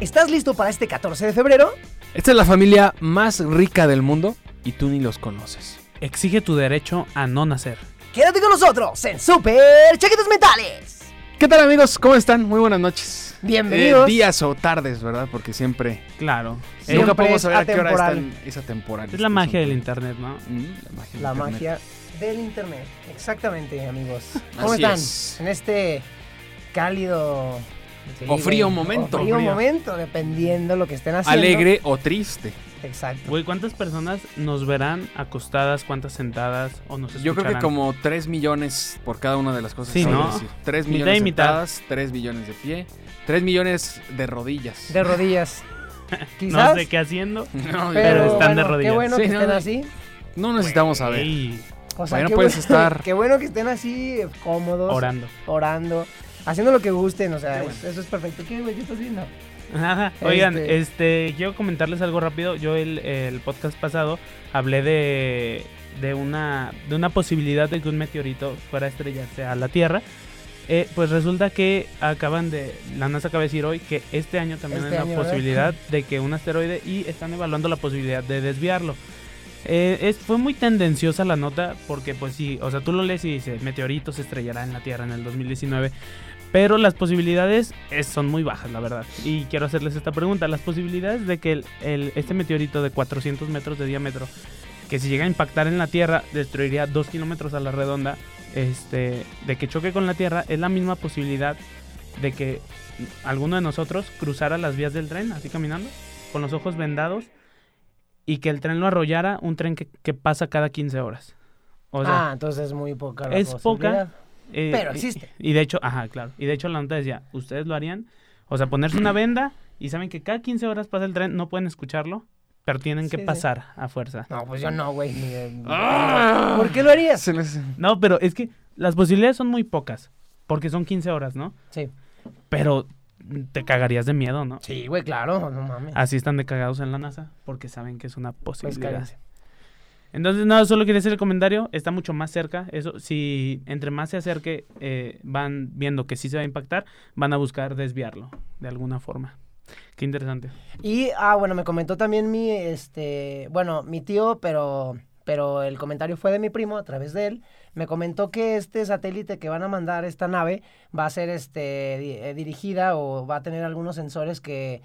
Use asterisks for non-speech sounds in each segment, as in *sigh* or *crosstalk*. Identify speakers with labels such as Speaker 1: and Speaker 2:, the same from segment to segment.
Speaker 1: ¿Estás listo para este 14 de febrero?
Speaker 2: Esta es la familia más rica del mundo y tú ni los conoces.
Speaker 3: Exige tu derecho a no nacer.
Speaker 1: Quédate con nosotros en Super Chaquetas Mentales.
Speaker 2: ¿Qué tal amigos? ¿Cómo están? Muy buenas noches.
Speaker 1: Bienvenidos.
Speaker 2: Eh, días o tardes, ¿verdad? Porque siempre... eh,
Speaker 3: Claro.
Speaker 1: Siempre
Speaker 2: nunca podemos
Speaker 1: es
Speaker 2: saber a qué hora
Speaker 1: atemporal.
Speaker 2: están esa temporalidad.
Speaker 3: Es la magia del internet, ¿no?
Speaker 2: Mm, la magia. del
Speaker 1: La
Speaker 2: internet.
Speaker 1: magia del internet. Exactamente,
Speaker 2: *laughs*
Speaker 1: amigos. ¿Cómo
Speaker 2: Así
Speaker 1: están?
Speaker 2: es.
Speaker 1: En este cálido.
Speaker 2: O frío
Speaker 1: güey,
Speaker 2: momento.
Speaker 1: O frío,
Speaker 2: Frío.
Speaker 1: momento, dependiendo lo que estén haciendo.
Speaker 2: Alegre o triste.
Speaker 1: Exacto.
Speaker 3: Güey, ¿cuántas personas nos verán acostadas, cuántas sentadas o nos escucharán?
Speaker 2: Yo creo que como 3 millones por cada una de las cosas
Speaker 3: Sí,
Speaker 2: que acabo
Speaker 3: ¿no?
Speaker 2: de decir. 3
Speaker 3: Mitad y
Speaker 2: millones
Speaker 3: mitad.
Speaker 2: sentadas, 3 millones de pie, 3 millones de rodillas.
Speaker 1: De rodillas. Quizás.
Speaker 3: No sé qué haciendo.
Speaker 2: *laughs* No,
Speaker 1: Pero,
Speaker 3: están
Speaker 1: bueno,
Speaker 3: de
Speaker 1: Qué
Speaker 3: rodillas.
Speaker 1: bueno
Speaker 2: Sí,
Speaker 1: que
Speaker 2: no,
Speaker 1: estén
Speaker 2: no.
Speaker 1: así.
Speaker 2: no necesitamos saber.
Speaker 3: Ey,
Speaker 1: O sea,
Speaker 2: Bueno,
Speaker 1: qué
Speaker 2: puedes
Speaker 1: bueno-
Speaker 2: estar-
Speaker 1: *laughs* Qué bueno que estén así, eh, cómodos.
Speaker 3: orando.
Speaker 1: Orando. Haciendo lo que gusten, o sea,
Speaker 2: Qué
Speaker 1: es- eso es perfecto. ¿Qué, güey? ¿Qué estás viendo?
Speaker 3: Nada. *laughs* Oigan,
Speaker 1: Este-
Speaker 3: este, quiero comentarles algo rápido. Yo el, el podcast pasado hablé de, de, una, de una posibilidad de que un meteorito fuera a estrellarse a la Tierra. Eh, pues resulta que acaban de, la NASA acaba de decir hoy que este año también
Speaker 1: Este
Speaker 3: hay
Speaker 1: año,
Speaker 3: una
Speaker 1: ¿verdad?
Speaker 3: posibilidad de que un asteroide y están evaluando la posibilidad de desviarlo. Eh, es, fue muy tendenciosa la nota porque pues sí, o sea, tú lo lees y dice, meteorito se estrellará en la Tierra en el 2019, pero las posibilidades eh, son muy bajas, la verdad. Y quiero hacerles esta pregunta, las posibilidades de que el- el- este meteorito de 400 metros de diámetro, que si llega a impactar en la Tierra, destruiría 2 kilómetros a la redonda, este, de que choque con la Tierra, es la misma posibilidad de que alguno de nosotros cruzara las vías del tren, así caminando, con los ojos vendados, y que el tren lo arrollara, un tren que, que pasa cada 15 horas. O sea,
Speaker 1: ah, entonces es muy poca. la
Speaker 3: es poca,
Speaker 1: posibilidad.
Speaker 3: eh,
Speaker 1: pero
Speaker 3: y-
Speaker 1: existe.
Speaker 3: Y, de hecho, ajá, claro. Y de hecho la nota decía, ustedes lo harían, o sea, ponerse una venda y saben que cada 15 horas pasa el tren, no pueden escucharlo, pero tienen que
Speaker 1: Sí, sí.
Speaker 3: pasar a fuerza.
Speaker 1: No, pues yo no, güey. ni de-
Speaker 2: Ah.
Speaker 1: ¿Por qué lo harías?
Speaker 2: Se les-
Speaker 3: No, pero es que las posibilidades son muy pocas, porque son 15 horas, ¿no?
Speaker 1: Sí.
Speaker 3: Pero te cagarías de miedo, ¿no?
Speaker 1: Sí, güey, claro, no mames.
Speaker 3: Así están de cagados en la NASA, porque saben que es una
Speaker 1: Pues
Speaker 3: posibilidad.
Speaker 1: cáguense.
Speaker 3: Entonces, no, solo quería hacer el comentario. Está mucho más cerca. Eso, si entre más se acerque, eh, van viendo que sí se va a impactar, van a buscar desviarlo de alguna forma. Qué interesante.
Speaker 1: Y, ah, bueno, me comentó también mi, este, bueno, mi tío, pero, pero el comentario fue de mi primo a través de él. Me comentó que este satélite que van a mandar, esta nave, va a ser, este, di- eh, dirigida o va a tener algunos sensores que,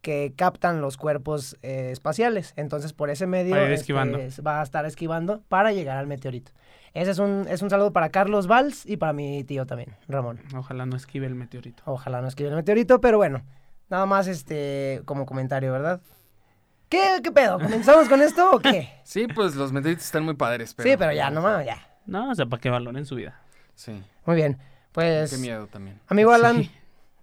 Speaker 1: que captan los cuerpos eh, espaciales. Entonces, por ese medio
Speaker 3: Para ir
Speaker 1: este,
Speaker 3: esquivando.
Speaker 1: es- va a estar esquivando para llegar al meteorito. Ese es un, es un saludo para Carlos Valls y para mi tío también, Ramón.
Speaker 3: Ojalá no esquive el meteorito.
Speaker 1: Ojalá no escriba el meteorito, pero bueno, nada más este como comentario, ¿verdad? ¿Qué, qué pedo? ¿Comenzamos con esto o qué?
Speaker 2: Sí, pues los meteoritos están muy padres. Pero,
Speaker 1: sí, pero ya, no mames, ya.
Speaker 3: No, o sea, para que valoren su vida.
Speaker 2: Sí,
Speaker 1: Muy bien, pues...
Speaker 2: qué miedo también.
Speaker 1: Amigo Alan,
Speaker 3: Sí.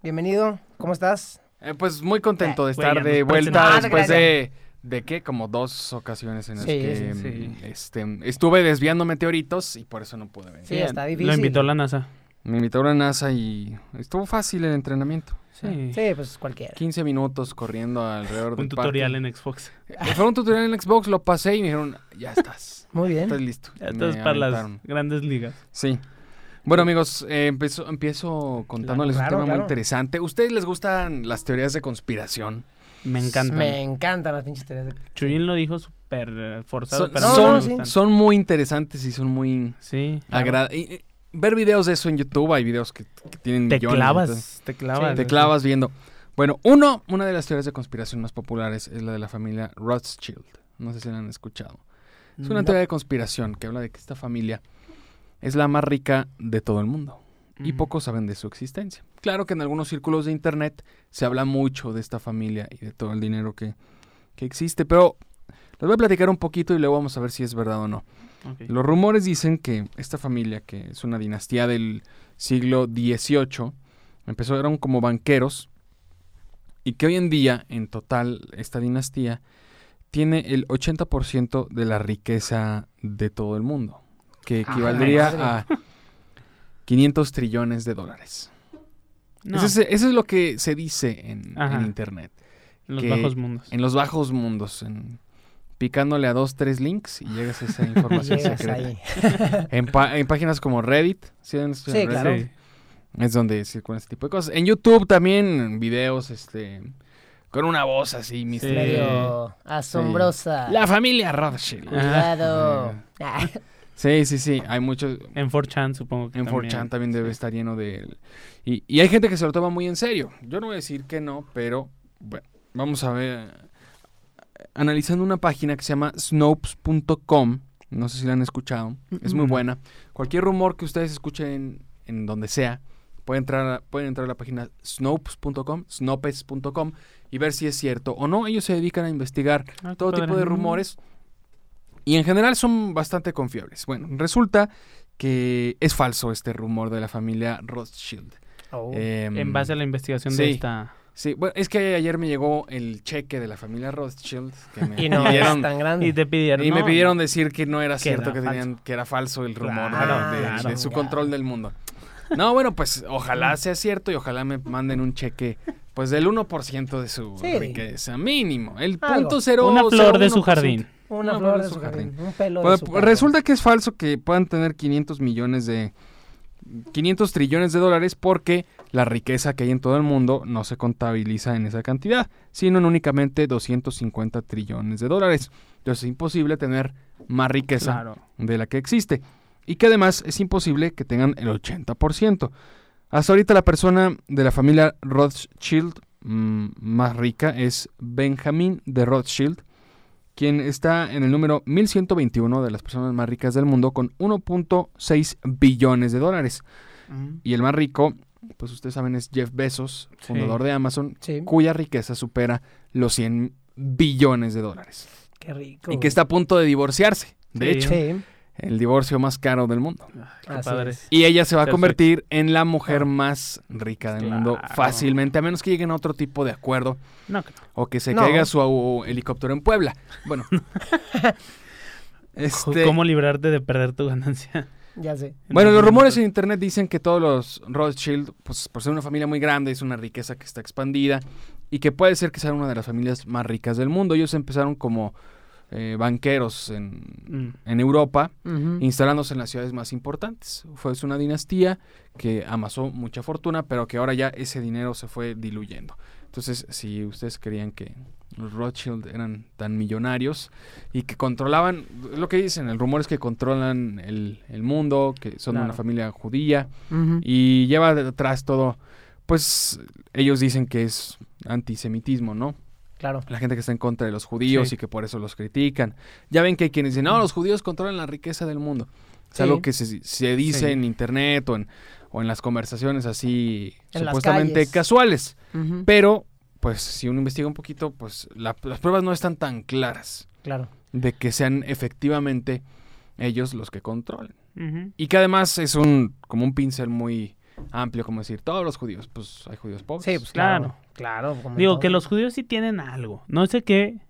Speaker 1: bienvenido, ¿cómo estás?
Speaker 2: Eh, pues muy contento de
Speaker 3: Güey,
Speaker 2: estar
Speaker 3: ya
Speaker 2: de
Speaker 3: nos parecen-
Speaker 2: vuelta
Speaker 1: Ah,
Speaker 2: después
Speaker 1: gracias.
Speaker 2: de... ¿De qué? Como dos ocasiones en las
Speaker 1: Sí,
Speaker 2: que
Speaker 3: sí, sí.
Speaker 2: mm, Este, estuve desviando meteoritos y por eso no pude venir.
Speaker 1: Sí, está difícil.
Speaker 3: Lo invitó la NASA.
Speaker 2: Me invitó a la NASA y estuvo fácil el entrenamiento.
Speaker 3: Sí.
Speaker 1: Sí, pues cualquiera.
Speaker 2: 15 minutos corriendo alrededor del
Speaker 3: Un tutorial
Speaker 2: parque.
Speaker 3: en Xbox.
Speaker 2: Eh, Fue un tutorial en Xbox, lo pasé y me dijeron, ya estás,
Speaker 1: Muy
Speaker 2: estás
Speaker 1: bien.
Speaker 2: listo.
Speaker 3: *laughs* Ya
Speaker 2: Y
Speaker 3: estás
Speaker 2: me
Speaker 3: para las
Speaker 2: aventaron.
Speaker 3: grandes ligas.
Speaker 2: Sí. Bueno amigos, eh, empiezo, empiezo contándoles
Speaker 1: Claro,
Speaker 2: un tema
Speaker 1: claro.
Speaker 2: muy interesante. ¿Ustedes les gustan las teorías de conspiración?
Speaker 3: Me encanta.
Speaker 1: Me encantan las pinches teorías. de-
Speaker 3: Chuyin lo dijo súper eh,
Speaker 1: Pues
Speaker 3: forzado,
Speaker 2: Son,
Speaker 3: pero a mí
Speaker 2: son-
Speaker 3: me
Speaker 1: no, sí.
Speaker 3: gustan.
Speaker 2: son muy interesantes y son muy
Speaker 3: Sí.
Speaker 2: agradables. Ver videos de eso en YouTube, hay videos que, que tienen
Speaker 3: Te
Speaker 2: millones, entonces-
Speaker 3: clavas, te clavas.
Speaker 2: te clavas viendo. Bueno, uno, una de las teorías de conspiración más populares es la de la familia Rothschild. No sé si la han escuchado. Es una
Speaker 3: No.
Speaker 2: teoría de conspiración que habla de que esta familia es la más rica de todo el mundo y
Speaker 3: Ujú.
Speaker 2: pocos saben de su existencia. Claro que en algunos círculos de internet se habla mucho de esta familia y de todo el dinero que, que existe, pero les voy a platicar un poquito y luego vamos a ver si es verdad o no.
Speaker 3: Ok.
Speaker 2: Los rumores dicen que esta familia, que es una dinastía del siglo XVIII, empezó, eran como banqueros, y que hoy en día, en total, esta dinastía tiene el 80% de la riqueza de todo el mundo, que
Speaker 1: Ah,
Speaker 2: equivaldría a
Speaker 1: madre.
Speaker 2: 500 trillones de dólares.
Speaker 3: No,
Speaker 2: Eso, es, eso es lo que se dice en-
Speaker 3: Ajá.
Speaker 2: en Internet.
Speaker 3: los
Speaker 2: que-
Speaker 3: bajos mundos.
Speaker 2: En los bajos mundos, en- picándole a dos, tres links y llegas a esa información
Speaker 1: Llegas
Speaker 2: secreta.
Speaker 1: ahí.
Speaker 2: En, pa- en páginas como Reddit, ¿sí han escuchado
Speaker 1: Sí,
Speaker 2: Reddit?
Speaker 1: claro.
Speaker 3: Sí.
Speaker 2: es donde circulan este tipo de cosas. En YouTube también videos, este, con una voz así misteriosa.
Speaker 1: Medio asombrosa.
Speaker 2: La Ah. familia Rothschild.
Speaker 1: Ah. Cuidado.
Speaker 2: Ajá. Sí, sí, sí. Hay muchos.
Speaker 3: En 4chan supongo que
Speaker 2: En
Speaker 3: también.
Speaker 2: 4chan también debe estar lleno de... Y, y hay gente que se lo toma muy en serio. Yo no voy a decir que no, pero bueno, vamos a ver. Analizando una página que se llama snopes.com, no sé si la han escuchado, es muy
Speaker 3: Mm.
Speaker 2: buena. Cualquier rumor que ustedes escuchen en donde sea, pueden entrar, a- pueden entrar a la página snopes.com, snopes.com y ver si es cierto o no. Ellos se dedican a investigar
Speaker 3: Ah, qué
Speaker 2: todo
Speaker 3: padre.
Speaker 2: tipo de rumores. Y en general son bastante confiables. Bueno, resulta que es falso este rumor de la familia Rothschild.
Speaker 1: *laughs* Oh.
Speaker 2: Em,
Speaker 3: En base a la investigación de
Speaker 2: Sí.
Speaker 3: esta.
Speaker 2: Sí, bueno, es que ayer me llegó el cheque de la familia Rothschild que me
Speaker 1: y no es
Speaker 2: pidieron-
Speaker 1: tan
Speaker 3: *laughs* Y
Speaker 1: grande.
Speaker 3: te pidieron.
Speaker 2: y me
Speaker 3: no,
Speaker 2: pidieron decir que no era
Speaker 3: Que
Speaker 2: cierto,
Speaker 3: era
Speaker 2: que tenían, que era falso el rumor de-
Speaker 1: Claro,
Speaker 2: de,
Speaker 1: claro.
Speaker 2: de su control del mundo. No, bueno, pues
Speaker 3: *laughs*
Speaker 2: ojalá sea cierto y ojalá me manden un cheque, pues del 1% de su
Speaker 1: Sí.
Speaker 2: riqueza mínimo. El
Speaker 1: Algo.
Speaker 2: punto cero
Speaker 3: Una flor de
Speaker 2: 01%.
Speaker 3: su jardín.
Speaker 1: Una
Speaker 2: no,
Speaker 1: flor de su jardín. Un pelo
Speaker 2: Pues,
Speaker 1: de su
Speaker 2: pues,
Speaker 1: cuerpo.
Speaker 2: resulta que es falso que puedan tener 500 millones de 500 trillones de dólares porque la riqueza que hay en todo el mundo no se contabiliza en esa cantidad, sino en únicamente 250 trillones de dólares. Entonces es imposible tener más riqueza
Speaker 3: Claro.
Speaker 2: de la que existe y que además es imposible que tengan el 80%. Hasta ahorita la persona de la familia Rothschild mm, más rica es Benjamin de Rothschild, quien está en el número 1121 de las personas más ricas del mundo con 1.6 billones de dólares. Y el más rico, pues ustedes saben, es Jeff Bezos,
Speaker 3: Sí.
Speaker 2: fundador de Amazon,
Speaker 1: Sí.
Speaker 2: cuya riqueza supera los 100 billones de dólares.
Speaker 1: Qué rico.
Speaker 2: Y que está a punto de divorciarse. De
Speaker 3: Sí.
Speaker 2: hecho,
Speaker 1: Sí.
Speaker 2: el divorcio más caro del mundo.
Speaker 3: Qué
Speaker 1: Así
Speaker 3: padre.
Speaker 1: es.
Speaker 2: Y ella se va a
Speaker 3: Perfecto. Ah.
Speaker 2: convertir en la mujer más rica del
Speaker 3: Claro.
Speaker 2: mundo fácilmente, a menos que lleguen a otro tipo de acuerdo
Speaker 3: No, que-
Speaker 2: o que se
Speaker 1: No.
Speaker 2: caiga su au- helicóptero en Puebla.
Speaker 3: *laughs*
Speaker 2: Bueno. Este,
Speaker 3: ¿Cómo librarte de perder tu ganancia? *laughs*
Speaker 1: Ya sé.
Speaker 2: bueno, los rumores en
Speaker 3: y
Speaker 2: internet dicen que todos los Rothschild, pues por ser una familia muy grande, es una riqueza que está expandida y que puede ser que sea una de las familias más ricas del mundo. Ellos empezaron como eh, banqueros
Speaker 3: Mm.
Speaker 2: en, en Europa instalándose en las ciudades más importantes. Fue es una dinastía que amasó mucha fortuna, pero que ahora ya ese dinero se fue diluyendo. Entonces, si ustedes creían que los Rothschild eran tan millonarios y que controlaban, lo que dicen, el rumor es que controlan el, el mundo, que son una
Speaker 3: Claro.
Speaker 2: familia judía
Speaker 1: Ujú.
Speaker 2: y lleva detrás todo, pues ellos dicen que es antisemitismo, ¿no?
Speaker 1: Claro.
Speaker 2: la gente que está en contra de los judíos
Speaker 3: Sí.
Speaker 2: y que por eso los critican. Ya ven que hay quienes dicen, no, los judíos controlan la riqueza del mundo. Es
Speaker 1: Sí.
Speaker 2: algo que se, se dice
Speaker 3: Sí.
Speaker 2: en internet o en, o en las conversaciones así
Speaker 1: En las
Speaker 2: supuestamente
Speaker 1: calles.
Speaker 2: casuales.
Speaker 1: Ujú.
Speaker 2: Pero, pues, si uno investiga un poquito, pues la- las pruebas no están tan claras
Speaker 1: Claro.
Speaker 2: de que sean efectivamente ellos los que controlan. Y que además es un como un pincel muy amplio, como decir, todos los judíos, pues hay judíos pobres.
Speaker 1: Sí, pues
Speaker 3: Claro.
Speaker 1: claro. Claro. como en
Speaker 3: Digo
Speaker 1: todo.
Speaker 3: que los judíos sí tienen algo. No sé qué.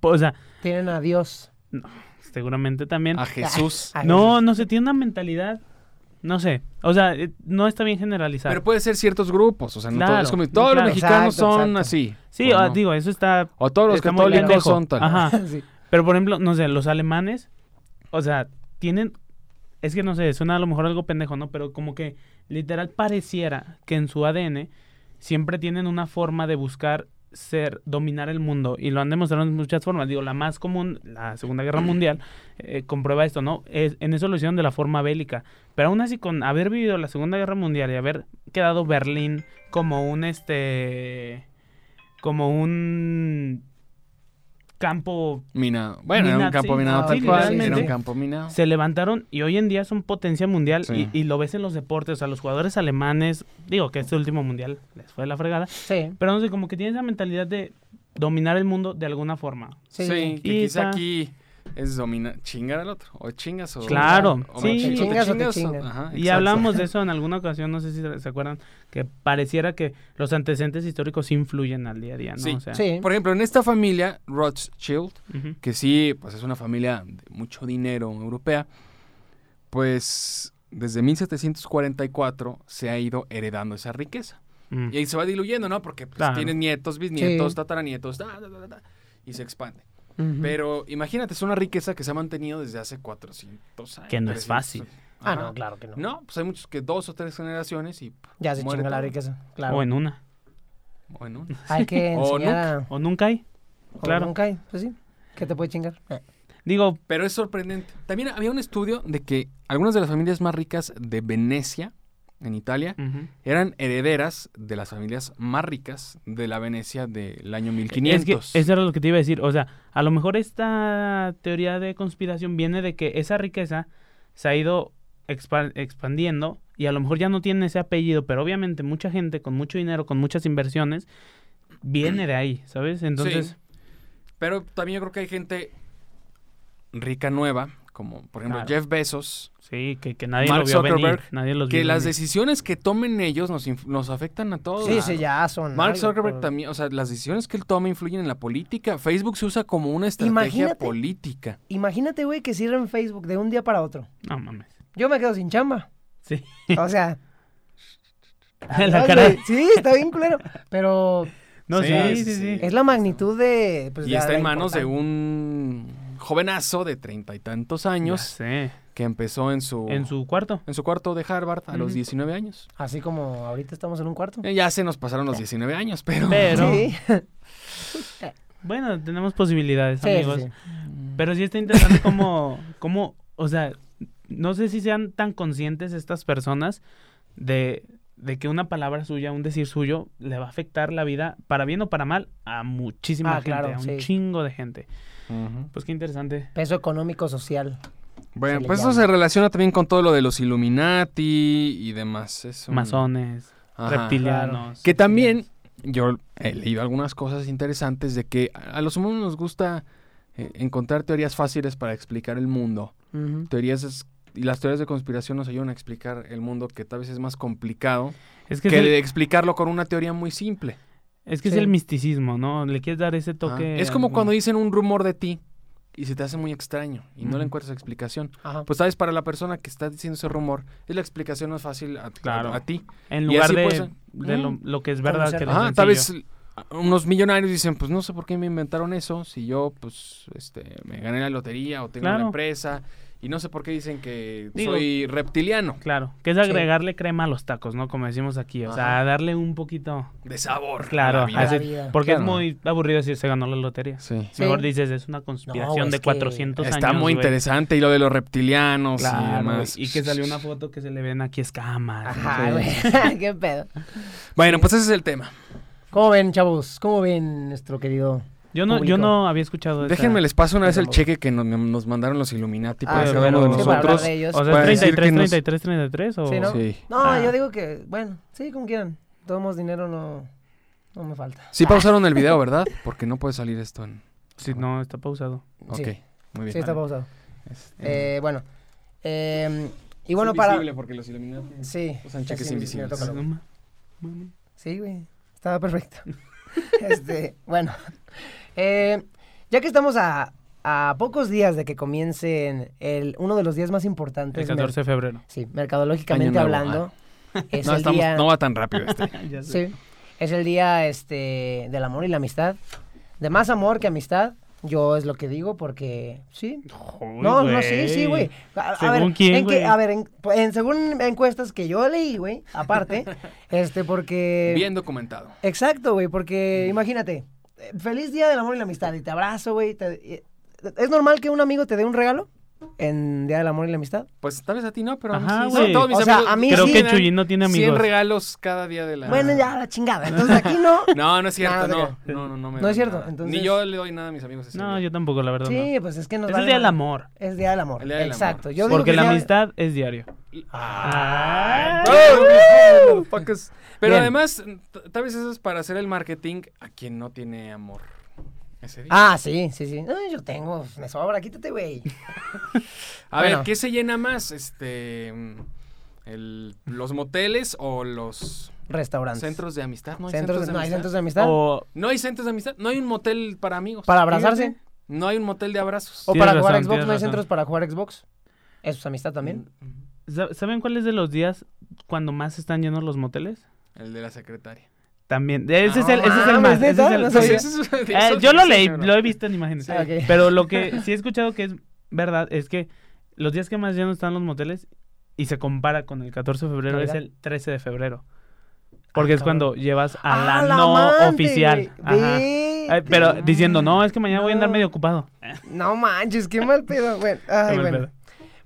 Speaker 3: po- O sea,
Speaker 1: Tienen a Dios.
Speaker 3: seguramente también.
Speaker 1: *laughs*
Speaker 2: A Jesús.
Speaker 1: A
Speaker 3: no,
Speaker 1: Jesús.
Speaker 3: no se tiene una mentalidad. No sé. O sea, eh, no está bien generalizar.
Speaker 2: Pero pues, puede ser ciertos grupos, o sea, no todo-
Speaker 3: Claro,
Speaker 2: es como
Speaker 3: no,
Speaker 2: todos
Speaker 3: claro.
Speaker 2: los mexicanos
Speaker 1: Exacto,
Speaker 2: son
Speaker 1: exacto.
Speaker 2: así.
Speaker 3: sí,
Speaker 2: Pues
Speaker 3: ah,
Speaker 2: no.
Speaker 3: digo, eso está.
Speaker 2: O todos los
Speaker 3: está muy
Speaker 2: católicos
Speaker 3: pendejo.
Speaker 2: son tal.
Speaker 3: Ajá.
Speaker 1: *laughs* Sí.
Speaker 3: Pero por ejemplo, no sé, los alemanes. O sea, tienen. Es que no sé, suena a lo mejor algo pendejo, ¿no? Pero como que literal pareciera que en su ADN siempre tienen una forma de buscar ser, dominar el mundo. Y lo han demostrado en muchas formas. Digo, la más común, la Segunda Guerra Mundial, eh, comprueba esto, ¿no? Es, en eso lo hicieron de la forma bélica. Pero aún así, con haber vivido la Segunda Guerra Mundial y haber quedado Berlín como un este. como un campo
Speaker 2: Mina- Bueno, era un
Speaker 3: Mina-
Speaker 2: campo
Speaker 3: sí,
Speaker 2: minado
Speaker 1: no,
Speaker 2: tal cual. Era un
Speaker 1: literalmente.
Speaker 2: campo minado.
Speaker 3: se levantaron y hoy en día son potencia mundial
Speaker 2: Sí.
Speaker 3: y, y lo ves en los deportes, o sea, los jugadores alemanes, digo que este último mundial les fue la fregada,
Speaker 1: Sí.
Speaker 3: pero no sé, como que tienen esa mentalidad de dominar el mundo de alguna forma.
Speaker 2: Sí,
Speaker 1: Sí. sí.
Speaker 2: que quizá
Speaker 3: Quizá.
Speaker 2: aquí es dominar, chingar al otro. O chingas o.
Speaker 3: Claro,
Speaker 2: o
Speaker 3: sí.
Speaker 2: me chingas,
Speaker 1: Chingas o te
Speaker 2: te
Speaker 1: chingan.
Speaker 2: Ajá,
Speaker 3: Y
Speaker 2: exacto. *laughs*
Speaker 3: hablamos de eso en alguna ocasión, no sé si se- se acuerdan, que pareciera que los antecedentes históricos influyen al día a día, ¿no?
Speaker 2: Sí.
Speaker 3: O sea,
Speaker 1: Sí.
Speaker 2: Por ejemplo, en esta familia, Rothschild,
Speaker 3: ujú.
Speaker 2: que sí, pues es una familia de mucho dinero europea, pues desde 1744 se ha ido heredando esa riqueza.
Speaker 3: Mm.
Speaker 2: Y ahí se va diluyendo, ¿no? Porque pues,
Speaker 3: Claro.
Speaker 2: tienes nietos, bisnietos,
Speaker 1: Sí.
Speaker 2: tataranietos, ta, ta, ta, ta, y se expande.
Speaker 1: Ujú.
Speaker 2: Pero imagínate, es una riqueza que se ha mantenido desde hace 400 años.
Speaker 3: Que no
Speaker 2: 300.
Speaker 3: es fácil.
Speaker 1: Ah,
Speaker 2: Ajá.
Speaker 1: no, claro que no.
Speaker 2: No, pues hay muchos que dos o tres generaciones y...
Speaker 1: Ya se
Speaker 2: Muere
Speaker 1: chinga la
Speaker 2: todo.
Speaker 1: riqueza. Claro.
Speaker 3: O en una.
Speaker 2: Bueno,
Speaker 1: Hay que
Speaker 2: *laughs* O
Speaker 1: enseñar a...
Speaker 3: O nunca hay.
Speaker 1: o
Speaker 3: claro.
Speaker 1: nunca hay, pues sí. ¿Qué te puede chingar? Eh.
Speaker 3: Digo,
Speaker 2: pero es sorprendente. También había un estudio de que algunas de las familias más ricas de Venecia, en Italia,
Speaker 3: ujú.
Speaker 2: eran herederas de las familias más ricas de la Venecia del año
Speaker 3: Es que
Speaker 2: 1500.
Speaker 3: eso era lo que te iba a decir. O sea, a lo mejor esta teoría de conspiración viene de que esa riqueza se ha ido expa- expandiendo y a lo mejor ya no tiene ese apellido, pero obviamente mucha gente con mucho dinero, con muchas inversiones, viene de ahí, ¿sabes? Entonces,
Speaker 2: Sí. Pero también yo creo que hay gente rica nueva, como por ejemplo
Speaker 3: Claro.
Speaker 2: Jeff Bezos,
Speaker 3: sí, que, que nadie
Speaker 2: Mark
Speaker 3: lo vio venir,
Speaker 2: Zuckerberg,
Speaker 3: Nadie los
Speaker 2: que
Speaker 3: vio
Speaker 2: las
Speaker 3: venir.
Speaker 2: decisiones que tomen ellos nos, inf- nos afectan a todos.
Speaker 1: Sí, sí, ya son.
Speaker 2: Mark
Speaker 1: algo,
Speaker 2: Zuckerberg
Speaker 1: pero-
Speaker 2: también, o sea, las decisiones que él toma influyen en la política. Facebook se usa como una estrategia
Speaker 1: Imagínate.
Speaker 2: política.
Speaker 1: Imagínate, güey, que cierren Facebook de un día para otro.
Speaker 3: No mames. *laughs*
Speaker 1: Yo me quedo sin chamba.
Speaker 3: Sí.
Speaker 1: O
Speaker 2: *laughs*
Speaker 1: sea.
Speaker 3: la
Speaker 1: ay,
Speaker 3: cara.
Speaker 1: Ah, güey, Sí, está bien culero. Pero
Speaker 3: No,
Speaker 2: Sí,
Speaker 3: sí, sí,
Speaker 2: sí,
Speaker 3: sí.
Speaker 2: sí.
Speaker 1: es la magnitud de. pues,
Speaker 2: y
Speaker 1: la-
Speaker 2: está
Speaker 1: la
Speaker 2: en manos de
Speaker 1: importancia.
Speaker 2: un jovenazo de treinta y tantos
Speaker 3: Ya
Speaker 2: años
Speaker 3: sé.
Speaker 2: que empezó en su,
Speaker 3: En su cuarto.
Speaker 2: en su cuarto de Harvard a los
Speaker 3: Ujú.
Speaker 2: 19 años.
Speaker 1: Así como ahorita estamos en un cuarto.
Speaker 2: Eh, Ya se nos pasaron los 19 años, pero...
Speaker 3: Pero,
Speaker 1: Sí,
Speaker 3: bueno, tenemos posibilidades,
Speaker 1: sí,
Speaker 3: amigos.
Speaker 1: sí.
Speaker 3: Pero sí está interesante cómo, cómo, o sea, no sé si sean tan conscientes estas personas de, de que una palabra suya, un decir suyo, le va a afectar la vida, para bien o para mal, a muchísima
Speaker 1: Ah,
Speaker 3: gente,
Speaker 1: claro,
Speaker 3: a un
Speaker 1: sí.
Speaker 3: chingo de gente.
Speaker 2: Ujú.
Speaker 3: Pues qué interesante.
Speaker 1: Peso económico social.
Speaker 2: Bueno,
Speaker 1: Se le
Speaker 2: pues eso
Speaker 1: llama.
Speaker 2: se relaciona también con todo lo de los Illuminati y demás. Es un-
Speaker 3: Masones,
Speaker 2: Ajá.
Speaker 3: reptilianos.
Speaker 2: Que también yo he leído algunas cosas interesantes de que a a los humanos nos gusta eh, encontrar teorías fáciles para explicar el mundo.
Speaker 1: Ujú.
Speaker 2: Teorías es- y las teorías de conspiración nos ayudan a explicar el mundo que tal vez es más complicado
Speaker 3: Es que,
Speaker 2: que
Speaker 3: es el,
Speaker 2: de explicarlo con una teoría muy simple.
Speaker 3: es que es
Speaker 1: Sí.
Speaker 3: el misticismo, ¿no? Le quieres dar ese toque.
Speaker 2: Ah, Es como
Speaker 3: a-
Speaker 2: cuando dicen un rumor de ti y se te hace muy extraño y no
Speaker 3: Ujú.
Speaker 2: le encuentras explicación.
Speaker 1: Ajá.
Speaker 2: Pues sabes, para la persona que está diciendo ese rumor, es la explicación más fácil a, a-
Speaker 3: Claro.
Speaker 2: a ti.
Speaker 3: En
Speaker 2: y
Speaker 3: lugar
Speaker 2: así
Speaker 3: de,
Speaker 2: puede ser.
Speaker 3: de lo,
Speaker 1: Mm.
Speaker 3: lo que es verdad
Speaker 1: Puede
Speaker 3: que
Speaker 1: ser.
Speaker 3: lo
Speaker 2: Ajá,
Speaker 3: sencillo.
Speaker 2: tal vez l- a- unos millonarios dicen, pues no sé por qué me inventaron eso, si yo pues este me gané la lotería o tengo
Speaker 3: Claro.
Speaker 2: una empresa y no sé por qué dicen que
Speaker 3: Digo-
Speaker 2: soy reptiliano
Speaker 3: Claro, que es agregarle crema a los tacos, ¿no? Como decimos aquí, o sea,
Speaker 2: Ajá.
Speaker 3: darle un poquito.
Speaker 2: de sabor.
Speaker 3: Claro,
Speaker 2: a la
Speaker 3: ajá,
Speaker 2: vida.
Speaker 1: A la
Speaker 3: así-
Speaker 1: vida.
Speaker 3: Porque
Speaker 2: Claro.
Speaker 3: es muy aburrido decir se ganó la lotería.
Speaker 2: Sí.
Speaker 1: Sí.
Speaker 3: Mejor dices, es una conspiración
Speaker 1: es
Speaker 3: de
Speaker 1: que
Speaker 3: 400 años.
Speaker 2: Está muy
Speaker 3: güey.
Speaker 2: interesante y lo de los reptilianos
Speaker 3: Claro,
Speaker 2: y
Speaker 3: güey,
Speaker 2: demás.
Speaker 3: y que salió una foto que se le ven aquí escamas.
Speaker 1: Ajá,
Speaker 2: Sí.
Speaker 1: güey. *laughs* Qué pedo.
Speaker 2: Bueno, pues ese es el tema.
Speaker 1: ¿Cómo ven, chavos? ¿Cómo ven nuestro querido?
Speaker 3: Yo no, yo
Speaker 1: Público.
Speaker 3: no había escuchado esa-
Speaker 2: Déjenme les paso una vez el
Speaker 1: Pero-
Speaker 2: cheque que nos, nos mandaron los Illuminati para
Speaker 1: Ah,
Speaker 2: cada uno de
Speaker 3: pero- Sí, para hablar Pues,
Speaker 2: nosotros.
Speaker 1: de ellos.
Speaker 3: O sea,
Speaker 2: Para
Speaker 3: ¿es
Speaker 2: decir
Speaker 3: 33,
Speaker 2: que nos-
Speaker 3: 33, 33 o...?
Speaker 1: Sí, ¿no?
Speaker 2: Sí.
Speaker 1: No,
Speaker 3: Ah.
Speaker 1: yo digo que, bueno, sí, como quieran. Tomamos dinero, no, no me falta.
Speaker 2: Sí pausaron el video, ¿verdad? Porque no puede salir esto en...
Speaker 3: Sí, no, está pausado.
Speaker 2: Ok,
Speaker 1: Sí.
Speaker 2: muy bien.
Speaker 1: Sí, está pausado.
Speaker 2: Este,
Speaker 1: Eh, bueno. eh, y
Speaker 2: es
Speaker 1: bueno, para.
Speaker 2: invisible porque los Illuminati...
Speaker 1: Sí.
Speaker 2: Usan
Speaker 1: es
Speaker 2: cheques
Speaker 1: invis-
Speaker 2: invisibles.
Speaker 1: me toca
Speaker 3: No
Speaker 1: lo-
Speaker 3: ma- mami.
Speaker 1: Sí, güey. Estaba perfecto. *laughs* este, bueno. eh, ya que estamos a, a pocos días de que comiencen el, uno de los días más importantes.
Speaker 3: El
Speaker 1: mer-
Speaker 3: 14 de febrero.
Speaker 1: Sí, mercadológicamente
Speaker 2: Año nuevo, Ah.
Speaker 1: hablando. Es
Speaker 2: No,
Speaker 1: el
Speaker 2: estamos-
Speaker 1: día.
Speaker 2: no va tan rápido este.
Speaker 1: *laughs*
Speaker 3: *laughs* Ya sé.
Speaker 1: Sí. Es el día este, del amor y la amistad. De más amor que amistad. Yo es lo que digo porque sí,
Speaker 3: Uy,
Speaker 1: No, no, sí, sí, güey. A, a
Speaker 3: ¿Según
Speaker 1: ver,
Speaker 3: quién,
Speaker 1: en que-
Speaker 3: güey?
Speaker 1: a ver, en, en- según encuestas que yo leí, güey, aparte,
Speaker 2: *laughs*
Speaker 1: este, porque...
Speaker 2: Bien documentado.
Speaker 1: Exacto, güey, porque imagínate, eh, feliz día del amor y la amistad, y te abrazo, güey. te- y- ¿Es normal que un amigo te dé un regalo en Día del Amor y la Amistad?
Speaker 2: Pues tal vez a ti no, pero a mí
Speaker 3: Ajá,
Speaker 2: sí.
Speaker 3: güey.
Speaker 2: Todos mis
Speaker 1: O sea,
Speaker 2: amigos
Speaker 1: a mí
Speaker 2: me
Speaker 1: sí.
Speaker 3: Creo que
Speaker 2: tienen
Speaker 3: Chuyin no tiene
Speaker 2: 100
Speaker 3: amigos.
Speaker 2: regalos cada día de la...
Speaker 1: Bueno, ya, la chingada. Entonces aquí
Speaker 3: *laughs*
Speaker 1: no.
Speaker 2: No, no es cierto,
Speaker 1: Nada,
Speaker 2: no. No, no, no me
Speaker 1: No es
Speaker 2: dan
Speaker 1: cierto,
Speaker 2: nada.
Speaker 1: entonces-
Speaker 2: Ni yo le doy nada a mis amigos ese
Speaker 3: No,
Speaker 2: día.
Speaker 3: yo tampoco, la verdad
Speaker 1: Sí, pues es que
Speaker 3: no.
Speaker 1: nos
Speaker 3: Es
Speaker 1: vale
Speaker 3: el día del
Speaker 1: madre.
Speaker 3: amor.
Speaker 1: Es Día del amor.
Speaker 2: El Día del
Speaker 1: Exacto.
Speaker 2: Amor.
Speaker 1: Yo digo
Speaker 3: Porque
Speaker 1: que
Speaker 3: la
Speaker 1: día-
Speaker 3: amistad es diario.
Speaker 1: Ah.
Speaker 2: Ah, bro, motherfuckers. Pero
Speaker 1: Bien.
Speaker 2: además, t- tal vez eso es para hacer el marketing a quien no tiene amor ese día.
Speaker 1: Ah, sí, sí, sí. Ay, yo tengo, pues, me sobra, quítate, güey.
Speaker 2: a
Speaker 1: bueno.
Speaker 2: ver, ¿qué se llena más? Este... mm, el- ¿Los moteles o los
Speaker 1: Restaurantes.
Speaker 2: centros de amistad? ¿No hay
Speaker 1: Centros de- no hay
Speaker 2: amistad?
Speaker 1: centros de amistad.
Speaker 3: O
Speaker 2: No hay centros de amistad, no hay un motel para amigos.
Speaker 1: Para abrazarse.
Speaker 2: No hay un motel de abrazos.
Speaker 1: O
Speaker 3: Tienes
Speaker 1: para jugar
Speaker 3: razón,
Speaker 1: Xbox,
Speaker 3: tienes
Speaker 1: no hay
Speaker 3: razón.
Speaker 1: centros para jugar Xbox. Eso es amistad también.
Speaker 3: ¿Sa- ¿Saben cuáles de los días cuando más están llenos los moteles?
Speaker 2: El de
Speaker 1: *laughs*
Speaker 2: la secretaria.
Speaker 3: También. Ese es el,
Speaker 2: No
Speaker 3: ese es el
Speaker 1: mames,
Speaker 3: más. ese
Speaker 1: Ah, ¿neta?
Speaker 3: es el-
Speaker 1: No sabía.
Speaker 3: ese-
Speaker 2: Eso es- eso
Speaker 3: eh,
Speaker 2: es-
Speaker 3: yo lo
Speaker 2: eso
Speaker 3: leí,
Speaker 2: es-
Speaker 3: lo he visto en imágenes.
Speaker 1: Sí. Ok.
Speaker 3: Pero
Speaker 1: *laughs*
Speaker 3: lo que sí he escuchado que es verdad es que los días que más llenos están los moteles y se compara con el 14 de febrero es
Speaker 1: Navidad.
Speaker 3: el 13 de febrero. Porque
Speaker 1: Ah,
Speaker 3: es cuando
Speaker 1: cabrón.
Speaker 3: llevas a
Speaker 1: Ah,
Speaker 3: la,
Speaker 1: la
Speaker 3: no
Speaker 1: amante,
Speaker 3: oficial.
Speaker 1: güey.
Speaker 3: Ajá.
Speaker 1: Vete.
Speaker 3: Ay, Pero diciendo, no, es que mañana voy a andar
Speaker 1: No.
Speaker 3: medio ocupado.
Speaker 1: No manches, qué mal pedo.
Speaker 3: *laughs*
Speaker 1: Bueno, ay,
Speaker 3: mal
Speaker 1: bueno.
Speaker 3: pedo.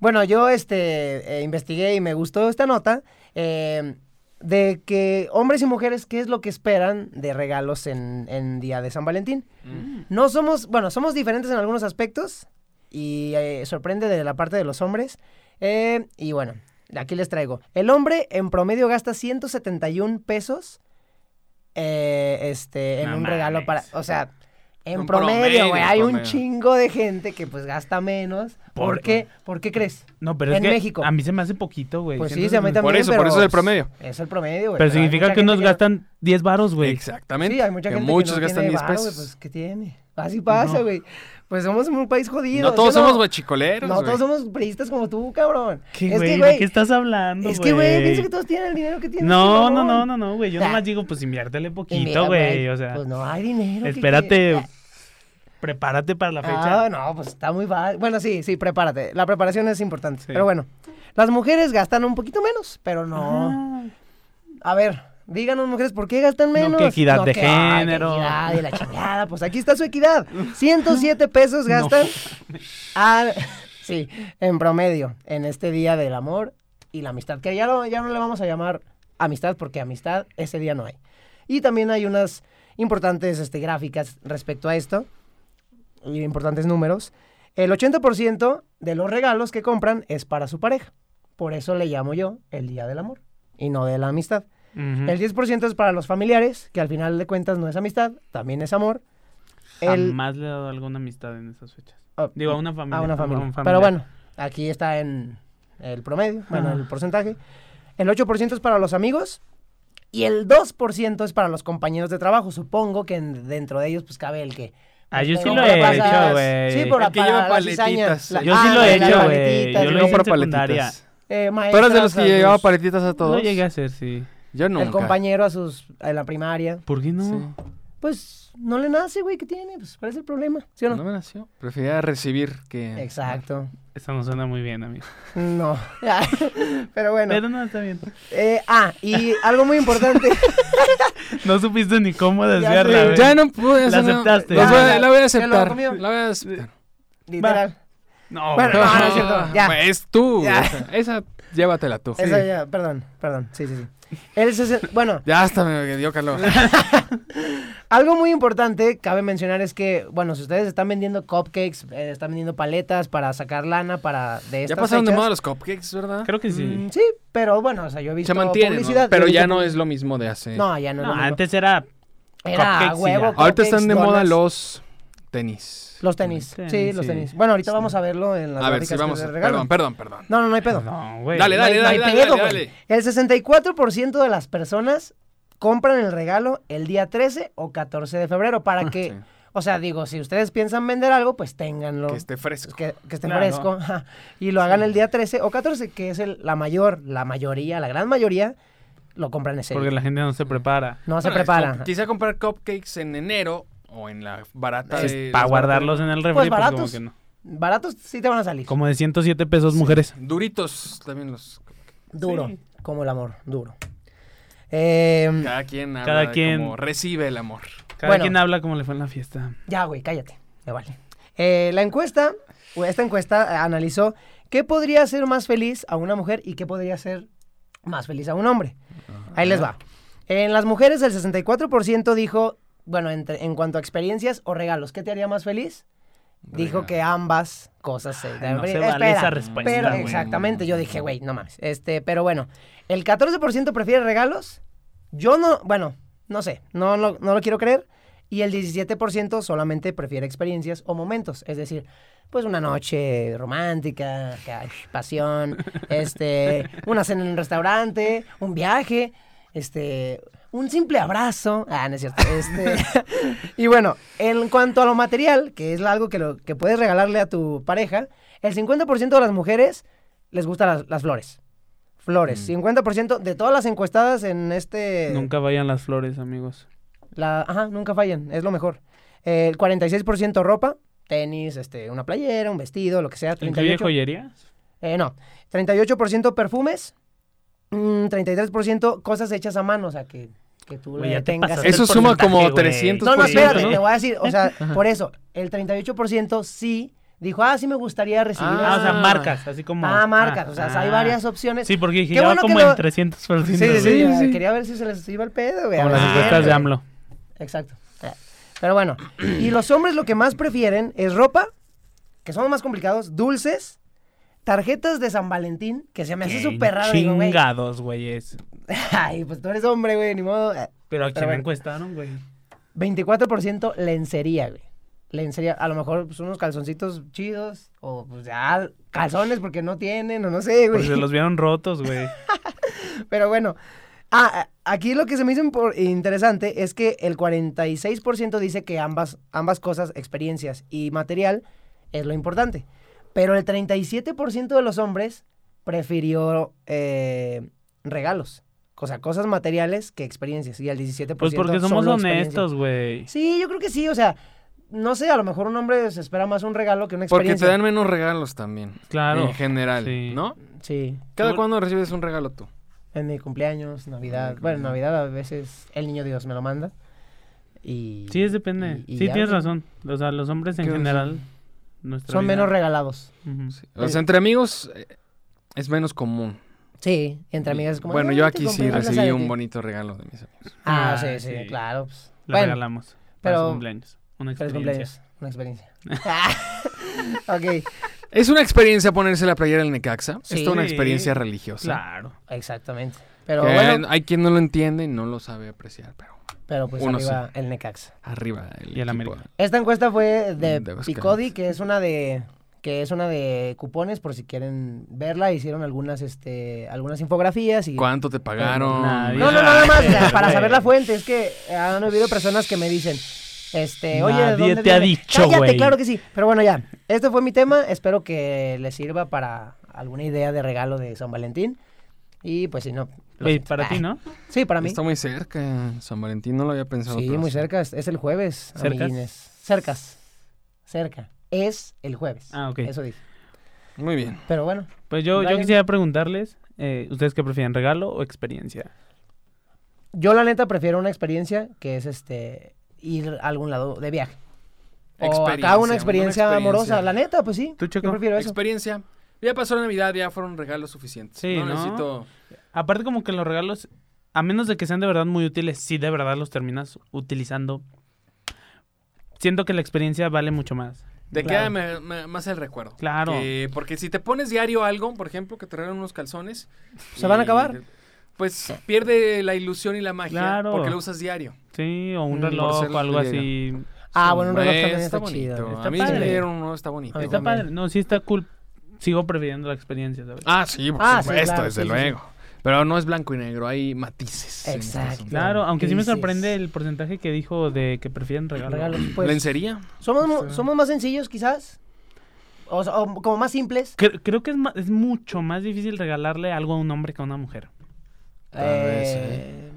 Speaker 1: Bueno, yo este eh, investigué y me gustó esta nota eh, de que hombres y mujeres, ¿qué es lo que esperan de regalos en, en Día de San Valentín?
Speaker 2: Mm.
Speaker 1: No somos, bueno, somos diferentes en algunos aspectos y eh, sorprende de la parte de los hombres. Eh, y bueno, aquí les traigo. El hombre en promedio gasta 171 pesos eh, este, en
Speaker 3: No
Speaker 1: un regalo para,
Speaker 3: mames.
Speaker 1: o sea, en
Speaker 2: Un
Speaker 1: promedio,
Speaker 2: promedio,
Speaker 1: güey, hay un
Speaker 2: promedio.
Speaker 1: chingo de gente que pues gasta menos.
Speaker 3: Por-
Speaker 1: ¿Por qué? ¿Por qué crees?
Speaker 3: No, pero es
Speaker 1: En
Speaker 3: que
Speaker 1: México.
Speaker 3: a mí se me hace poquito, güey.
Speaker 1: Pues sí,
Speaker 3: Siento
Speaker 1: se
Speaker 3: que
Speaker 1: me
Speaker 3: me-
Speaker 2: Por
Speaker 1: También,
Speaker 2: eso, por
Speaker 1: pero-
Speaker 2: eso es el promedio.
Speaker 1: Es el promedio, güey.
Speaker 3: Pero
Speaker 1: hay mucha
Speaker 3: significa que
Speaker 1: gente
Speaker 3: unos gastan 10 varos, güey.
Speaker 2: Exactamente.
Speaker 1: Sí, hay mucha
Speaker 2: que
Speaker 1: gente
Speaker 2: muchos
Speaker 1: que no
Speaker 2: gastan
Speaker 1: tiene
Speaker 2: 10
Speaker 1: varo,
Speaker 2: pesos.
Speaker 1: güey, pues, ¿qué tiene? Así pasa,
Speaker 3: No.
Speaker 1: güey. Pues somos un país jodido.
Speaker 2: no todos
Speaker 1: ¿sí o
Speaker 2: somos guachicoleros.
Speaker 1: No,
Speaker 2: güey.
Speaker 1: todos somos priistas como tú, cabrón.
Speaker 3: ¿Qué,
Speaker 1: es
Speaker 3: güey?
Speaker 1: que,
Speaker 3: ¿De
Speaker 1: güey,
Speaker 3: qué estás hablando, güey?
Speaker 1: es que, güey, pienso que todos tienen el dinero que tienen.
Speaker 3: No,
Speaker 1: cabrón.
Speaker 3: no, no, no, no, güey. Yo
Speaker 1: Ah.
Speaker 3: nomás digo, pues inviértele
Speaker 1: Y mira,
Speaker 3: poquito, güey. O sea,
Speaker 1: Pues no hay dinero. ¿qué quieres?
Speaker 3: espérate. Prepárate para la fecha.
Speaker 1: Ah, no, pues está muy mal. Bueno, sí, sí, prepárate. La preparación es importante.
Speaker 3: Sí.
Speaker 1: Pero bueno, las mujeres gastan un poquito menos, pero no.
Speaker 3: Ah.
Speaker 1: A ver, díganos, mujeres, ¿por qué gastan menos?
Speaker 3: qué equidad de
Speaker 1: que- ay, qué
Speaker 3: género.
Speaker 1: equidad y la chingada. Pues aquí está su
Speaker 3: *laughs*
Speaker 1: equidad. 107 pesos gastan. al- sí, en promedio, en este día del amor y la amistad, que ya, lo- ya no le vamos a llamar amistad porque amistad ese día no hay. Y también hay unas importantes este, gráficas respecto a esto, y importantes números. El 80% de los regalos que compran es para su pareja. Por eso le llamo yo el día del amor y no de la amistad.
Speaker 3: Ujú.
Speaker 1: El 10% es para los familiares, que al final de cuentas no es amistad, también es amor. El,
Speaker 3: Jamás le he dado alguna amistad en esas fechas.
Speaker 1: oh,
Speaker 3: Digo, a una familia.
Speaker 1: a una familia.
Speaker 3: un
Speaker 1: Pero
Speaker 3: familiar.
Speaker 1: bueno, aquí está en el promedio, bueno,
Speaker 3: Ah.
Speaker 1: el porcentaje. El 8% es para los amigos y el 2% es para los compañeros de trabajo. Supongo que en- dentro de ellos pues cabe el que...
Speaker 3: Ah,
Speaker 1: pues,
Speaker 3: yo
Speaker 1: te
Speaker 3: sí lo
Speaker 1: compra
Speaker 3: he
Speaker 1: pasas.
Speaker 3: hecho, güey. Eh,
Speaker 1: Sí, por
Speaker 2: El que
Speaker 1: para
Speaker 2: lleva
Speaker 1: la
Speaker 2: paletitas.
Speaker 1: cizaña, la- Ah,
Speaker 3: Yo sí lo he
Speaker 1: las
Speaker 3: hecho, güey.
Speaker 1: paletitas, güey.
Speaker 2: Yo
Speaker 3: Yo lo hice
Speaker 2: compro
Speaker 3: en secundaria.
Speaker 2: paletitas.
Speaker 1: Eh,
Speaker 2: Tú eres de los
Speaker 1: maestras,
Speaker 2: que
Speaker 1: a
Speaker 2: llevaba
Speaker 1: sus-
Speaker 2: paletitas a todos.
Speaker 3: Lo llegué a hacer, sí.
Speaker 2: Yo nunca.
Speaker 1: El compañero a sus... en la primaria.
Speaker 3: ¿Por qué no?
Speaker 2: Sí.
Speaker 1: Pues no le nace, güey, ¿qué tiene? Pues cuál es el problema, ¿sí o
Speaker 2: No
Speaker 1: no?
Speaker 2: me nació. Prefería recibir que.
Speaker 1: Exacto.
Speaker 2: *laughs*
Speaker 3: Eso no suena muy bien, amigo.
Speaker 1: No. *laughs* Pero bueno.
Speaker 3: Pero no, está bien.
Speaker 1: Eh, ah, y algo muy
Speaker 2: *laughs*
Speaker 1: importante.
Speaker 3: No supiste ni cómo
Speaker 1: sé.
Speaker 3: desviarla, güey.
Speaker 2: Ya no pude. eso no-
Speaker 3: aceptaste.
Speaker 2: los voy a-
Speaker 1: Ya,
Speaker 2: la voy a
Speaker 1: se lo
Speaker 2: aceptar.
Speaker 1: comió.
Speaker 2: La voy a aceptar.
Speaker 1: Literal.
Speaker 3: No,
Speaker 1: Bueno,
Speaker 3: güey.
Speaker 1: no, no es cierto.
Speaker 2: *laughs*
Speaker 1: ya.
Speaker 2: Pues Es tú.
Speaker 1: Ya.
Speaker 2: esa- Esa, llévatela tú.
Speaker 1: Eso ya, perdón, perdón. Sí, sí, sí. El sesen- bueno,
Speaker 2: Ya hasta me dio calor.
Speaker 1: algo muy importante cabe mencionar es que, bueno, si ustedes están vendiendo cupcakes, eh, están vendiendo paletas para sacar lana para de
Speaker 2: ya
Speaker 1: estas
Speaker 2: pasaron de
Speaker 1: fechas,
Speaker 2: moda los cupcakes, ¿verdad?
Speaker 3: Creo que sí.
Speaker 1: mm, sí, pero bueno, o sea, yo he visto
Speaker 2: Se mantiene, ¿no?
Speaker 1: publicidad.
Speaker 2: pero
Speaker 1: yo he
Speaker 2: ya
Speaker 1: visto-
Speaker 2: no es lo mismo de hace.
Speaker 1: No, ya no. es
Speaker 3: No,
Speaker 1: lo mismo.
Speaker 3: Ah, antes era.
Speaker 1: Era
Speaker 3: cupcakes y
Speaker 1: huevo.
Speaker 3: ya.
Speaker 2: Ahorita
Speaker 1: cupcakes,
Speaker 2: están de moda
Speaker 1: donas,
Speaker 2: los tenis.
Speaker 1: los tenis.
Speaker 3: Tenis,
Speaker 1: Sí, los
Speaker 3: sí.
Speaker 1: tenis. Bueno, ahorita vamos a verlo en las
Speaker 2: A ver,
Speaker 1: gráficas
Speaker 2: sí,
Speaker 1: que
Speaker 2: vamos.
Speaker 1: les
Speaker 2: a-
Speaker 1: regalo.
Speaker 2: Perdón, perdón, perdón.
Speaker 1: No, no, no hay pedo.
Speaker 3: pues, No, güey.
Speaker 2: Dale,
Speaker 1: No hay-
Speaker 2: dale,
Speaker 1: no hay
Speaker 2: dale, dale,
Speaker 1: pedo,
Speaker 2: dale,
Speaker 1: güey.
Speaker 2: dale.
Speaker 1: El 64% de las personas compran el regalo el día 13 o 14 de febrero para
Speaker 3: Ah,
Speaker 1: que,
Speaker 2: Sí,
Speaker 1: o sea, digo, si ustedes piensan vender algo, pues ténganlo. Pues
Speaker 2: Que esté fresco.
Speaker 1: Que, que esté
Speaker 3: Claro.
Speaker 1: fresco ajá, y lo hagan el día 13 o 14, que es el- la mayor, la mayoría, la gran mayoría, lo compran ese
Speaker 3: Porque
Speaker 1: día.
Speaker 3: la gente no se prepara.
Speaker 1: No se
Speaker 2: Bueno,
Speaker 1: prepara.
Speaker 2: com- Quizá comprar cupcakes en enero o en la barata.
Speaker 3: Es
Speaker 2: de-
Speaker 3: para
Speaker 2: las
Speaker 3: guardarlos en el refri, pues, como
Speaker 1: baratos.
Speaker 3: que no.
Speaker 1: Baratos sí te van a salir.
Speaker 3: Como de 107 pesos, mujeres.
Speaker 2: baratas. Duritos también los.
Speaker 1: Duro,
Speaker 3: Sí.
Speaker 1: como el amor, duro. Eh,
Speaker 2: Cada quien habla
Speaker 3: Cada
Speaker 2: de
Speaker 3: quien-
Speaker 2: cómo recibe el amor.
Speaker 3: Cada
Speaker 1: Bueno.
Speaker 3: quien habla como le fue en la fiesta.
Speaker 1: Ya, güey, cállate. Me vale. Eh, la encuesta, o esta encuesta eh, analizó qué podría hacer más feliz a una mujer y qué podría hacer más feliz a un hombre. Ahí les va. En las mujeres, el 64% dijo, bueno, entre- en cuanto a experiencias o regalos, ¿qué te haría más feliz? Dijo
Speaker 2: Regalo.
Speaker 1: que ambas cosas se...
Speaker 3: Ay, no se
Speaker 1: Espera,
Speaker 3: vale esa respuesta,
Speaker 1: Pero,
Speaker 3: güey.
Speaker 1: exactamente, yo dije, güey, no mames. Este, pero bueno, el 14% prefiere regalos. Yo no, bueno, no sé, no, lo- no lo quiero creer. Y el 17% solamente prefiere experiencias o momentos. Es decir, pues una noche romántica, acá, pasión, *laughs* este, una cena en un restaurante, un viaje, este, un simple abrazo. Ah, no es cierto. Este, *laughs* y bueno, en cuanto a lo material, que es algo que, lo, que puedes regalarle a tu pareja, el 50% de las mujeres les gustan las, las flores. Flores.
Speaker 2: Mm.
Speaker 1: 50% de todas las encuestadas en este...
Speaker 3: Nunca vayan las flores, amigos.
Speaker 1: La, ajá, nunca fallan, es lo mejor. Eh, El 46% ropa, tenis, este, una playera, un vestido, lo que sea.
Speaker 3: ¿Incluye
Speaker 1: 38,
Speaker 3: joyería?
Speaker 1: eh, no, 38% perfumes, mm, 33% cosas hechas a mano, o sea, que que tú
Speaker 3: Güey,
Speaker 1: le
Speaker 3: Pues ya te
Speaker 1: tengas.
Speaker 3: pasaste
Speaker 2: Eso
Speaker 3: el
Speaker 2: suma
Speaker 3: porcentaje,
Speaker 2: como
Speaker 3: güey.
Speaker 2: 300%,
Speaker 1: No, no, espérate,
Speaker 2: ¿no?
Speaker 1: te voy a decir, o sea,
Speaker 2: Ajá.
Speaker 1: por eso, el 38% sí dijo, ah, sí me gustaría recibir.
Speaker 2: Ah,
Speaker 3: Ah, o sea,
Speaker 1: esa-
Speaker 3: marcas, así como.
Speaker 1: Ah, marcas, o sea,
Speaker 3: ah.
Speaker 1: hay varias opciones.
Speaker 3: Sí, porque dije,
Speaker 1: Qué
Speaker 3: ya va
Speaker 1: bueno que
Speaker 3: como
Speaker 1: lo-
Speaker 3: en 300
Speaker 1: Sí, sí,
Speaker 2: Sí,
Speaker 1: sí,
Speaker 2: sí.
Speaker 1: Quería ver si se les iba el pedo, güey.
Speaker 2: Como
Speaker 1: a ver
Speaker 3: Las
Speaker 1: si-
Speaker 3: encuestas de AMLO.
Speaker 1: Exacto. Pero bueno, y los hombres lo que más prefieren es ropa, que somos más complicados, dulces, tarjetas de San Valentín, que se me hace
Speaker 3: Qué
Speaker 1: súper raro, digo, güey.
Speaker 3: Chingados, güeyes.
Speaker 1: *laughs* Ay, pues tú eres hombre, güey, ni modo. Eh,
Speaker 3: Pero aquí
Speaker 1: Pero
Speaker 3: me
Speaker 1: bueno. *laughs*
Speaker 3: encuestaron, güey.
Speaker 1: 24% lencería, güey. Lencería, a lo mejor pues, unos calzoncitos chidos, o pues ya calzones porque no tienen, o no sé, güey.
Speaker 3: Pues se los vieron rotos, güey.
Speaker 1: Pero bueno, ah, ah, aquí lo que se me hizo impor- interesante es que el 46% dice que ambas, ambas cosas, experiencias y material, es lo importante. Pero el 37% de los hombres prefirió eh, regalos, o sea, cosas materiales que experiencias. Y el 17%
Speaker 3: Pues porque somos
Speaker 1: solo experiencias.
Speaker 3: honestos, güey.
Speaker 1: Sí, yo creo que sí, o sea, no sé, a lo mejor un hombre se espera más un regalo que una
Speaker 2: Porque
Speaker 1: experiencia.
Speaker 2: te dan menos regalos también.
Speaker 3: Claro.
Speaker 2: En general,
Speaker 3: Sí.
Speaker 2: ¿no?
Speaker 1: Sí,
Speaker 2: ¿Cada
Speaker 3: Tú-
Speaker 2: cuándo recibes un regalo tú?
Speaker 1: en mi cumpleaños, Navidad.
Speaker 2: Mm,
Speaker 1: Bueno,
Speaker 2: mm.
Speaker 1: Navidad a veces el niño Dios me lo manda. Y,
Speaker 3: Sí, es depende.
Speaker 1: y- y
Speaker 3: sí,
Speaker 1: ya,
Speaker 3: tienes
Speaker 1: güey.
Speaker 3: razón. O sea, los hombres en
Speaker 2: Creo que
Speaker 3: general. nuestra
Speaker 1: Son
Speaker 3: vida-
Speaker 1: menos regalados.
Speaker 3: Ujú.
Speaker 2: Sí. O sea, entre amigos eh, es menos común.
Speaker 1: Sí, entre amigas es como...
Speaker 2: bueno,
Speaker 1: "Ay,
Speaker 2: yo
Speaker 1: te
Speaker 2: aquí sí
Speaker 1: compré una casa
Speaker 2: recibí
Speaker 1: de
Speaker 2: un
Speaker 1: ti".
Speaker 2: bonito regalo de mis amigos.
Speaker 1: Ah,
Speaker 3: Ah,
Speaker 1: sí, sí,
Speaker 3: sí.
Speaker 1: claro. Pues.
Speaker 3: Le
Speaker 1: Bueno,
Speaker 3: regalamos. Pero.
Speaker 1: pero-
Speaker 3: cumpleaños. Una
Speaker 1: feliz
Speaker 3: experiencia.
Speaker 1: cumpleaños. Una experiencia. *laughs* ok,
Speaker 2: Es una experiencia ponerse la playera del Necaxa. Es
Speaker 1: Sí.
Speaker 2: toda una experiencia religiosa.
Speaker 3: Claro.
Speaker 1: exactamente. Pero
Speaker 2: Que
Speaker 1: bueno,
Speaker 2: Hay quien no lo entiende y no lo sabe apreciar, pero
Speaker 1: pero pues
Speaker 2: uno
Speaker 1: arriba el Necaxa.
Speaker 2: arriba el
Speaker 3: Y el
Speaker 2: equipo.
Speaker 3: América.
Speaker 1: Esta encuesta fue de,
Speaker 2: De Vascones.
Speaker 1: Picodi, que es una de que es una de cupones por si quieren verla, hicieron algunas este algunas infografías y
Speaker 2: ¿Cuánto te pagaron?
Speaker 3: Nadie.
Speaker 1: No, no, nada más la- para
Speaker 3: Güey.
Speaker 1: saber
Speaker 3: *laughs*
Speaker 1: la fuente. Es que ah, han habido personas que me dicen, este, oye, ¿de
Speaker 3: Nadie
Speaker 1: ¿dónde
Speaker 3: te ha
Speaker 1: viene?
Speaker 3: dicho,
Speaker 1: Cállate,
Speaker 3: güey.
Speaker 1: claro que sí. Pero bueno, ya. Este fue mi tema. Espero que les sirva para alguna idea de regalo de San Valentín. Y pues si no. lo
Speaker 3: Güey,
Speaker 1: siento.
Speaker 3: para ti,
Speaker 1: Ah,
Speaker 3: ¿no?
Speaker 1: Sí, para mí.
Speaker 2: Está muy cerca. San Valentín no lo había pensado.
Speaker 1: Sí,
Speaker 2: pero
Speaker 1: muy cerca. Es, es el jueves,
Speaker 3: ¿Cercas?
Speaker 1: amiguines. Cercas. Cerca. Es el jueves.
Speaker 3: Ah, ok.
Speaker 1: Eso dije.
Speaker 2: Muy bien.
Speaker 1: Pero bueno,
Speaker 3: Pues yo, yo
Speaker 1: Brian.
Speaker 3: quisiera preguntarles, eh, ¿ustedes qué prefieren, regalo o experiencia?
Speaker 1: yo la neta prefiero una experiencia que es este ir a algún lado de viaje. O acá una experiencia, amorosa. La neta, pues sí.
Speaker 3: ¿Tú, Checo?
Speaker 1: Yo prefiero eso.
Speaker 2: Experiencia. Ya pasó la Navidad, ya fueron regalos suficientes.
Speaker 3: Sí,
Speaker 2: no,
Speaker 3: ¿no?
Speaker 2: necesito.
Speaker 3: Aparte como que los regalos, a menos de que sean de verdad muy útiles, si de verdad los terminas utilizando, siento que la experiencia vale mucho más.
Speaker 2: Te
Speaker 1: Claro.
Speaker 2: queda ah, me- me- más el recuerdo.
Speaker 3: Claro.
Speaker 2: Que- porque si te pones diario algo, por ejemplo, que te regalan unos calzones.
Speaker 1: Se van a
Speaker 2: y-
Speaker 1: acabar.
Speaker 2: Pues pierde la ilusión y la magia.
Speaker 3: Claro.
Speaker 2: Porque lo usas diario.
Speaker 3: Sí, o
Speaker 1: Mm,
Speaker 3: un
Speaker 1: por
Speaker 3: reloj
Speaker 2: ser
Speaker 3: o algo así.
Speaker 1: Ah, bueno, un reloj
Speaker 2: Eh,
Speaker 1: también está, chido.
Speaker 2: bonito.
Speaker 3: Está
Speaker 2: a mí
Speaker 3: padre.
Speaker 2: me dieron uno, está bonito.
Speaker 1: A mí
Speaker 3: Está
Speaker 1: también.
Speaker 3: padre. No, sí está cool. Sigo prefiriendo la experiencia, ¿sabes?
Speaker 2: Ah, sí, por
Speaker 1: Ah, sí,
Speaker 2: supuesto,
Speaker 1: claro,
Speaker 2: desde
Speaker 1: sí, sí, sí.
Speaker 2: luego. Pero no es blanco y negro, hay matices. en este
Speaker 1: Exacto.
Speaker 2: asunto.
Speaker 3: Claro, aunque sí me
Speaker 1: Crisis.
Speaker 3: sorprende el porcentaje que dijo de que prefieren regalo.
Speaker 1: Regalos, pues.
Speaker 2: ¿Lencería?
Speaker 1: somos, mu-
Speaker 2: o sea.
Speaker 1: somos más sencillos, quizás. O, sea, o como más simples.
Speaker 3: Cre- creo que es, ma- es mucho más difícil regalarle algo a un hombre que a una mujer.
Speaker 2: Tal vez,
Speaker 1: Eh,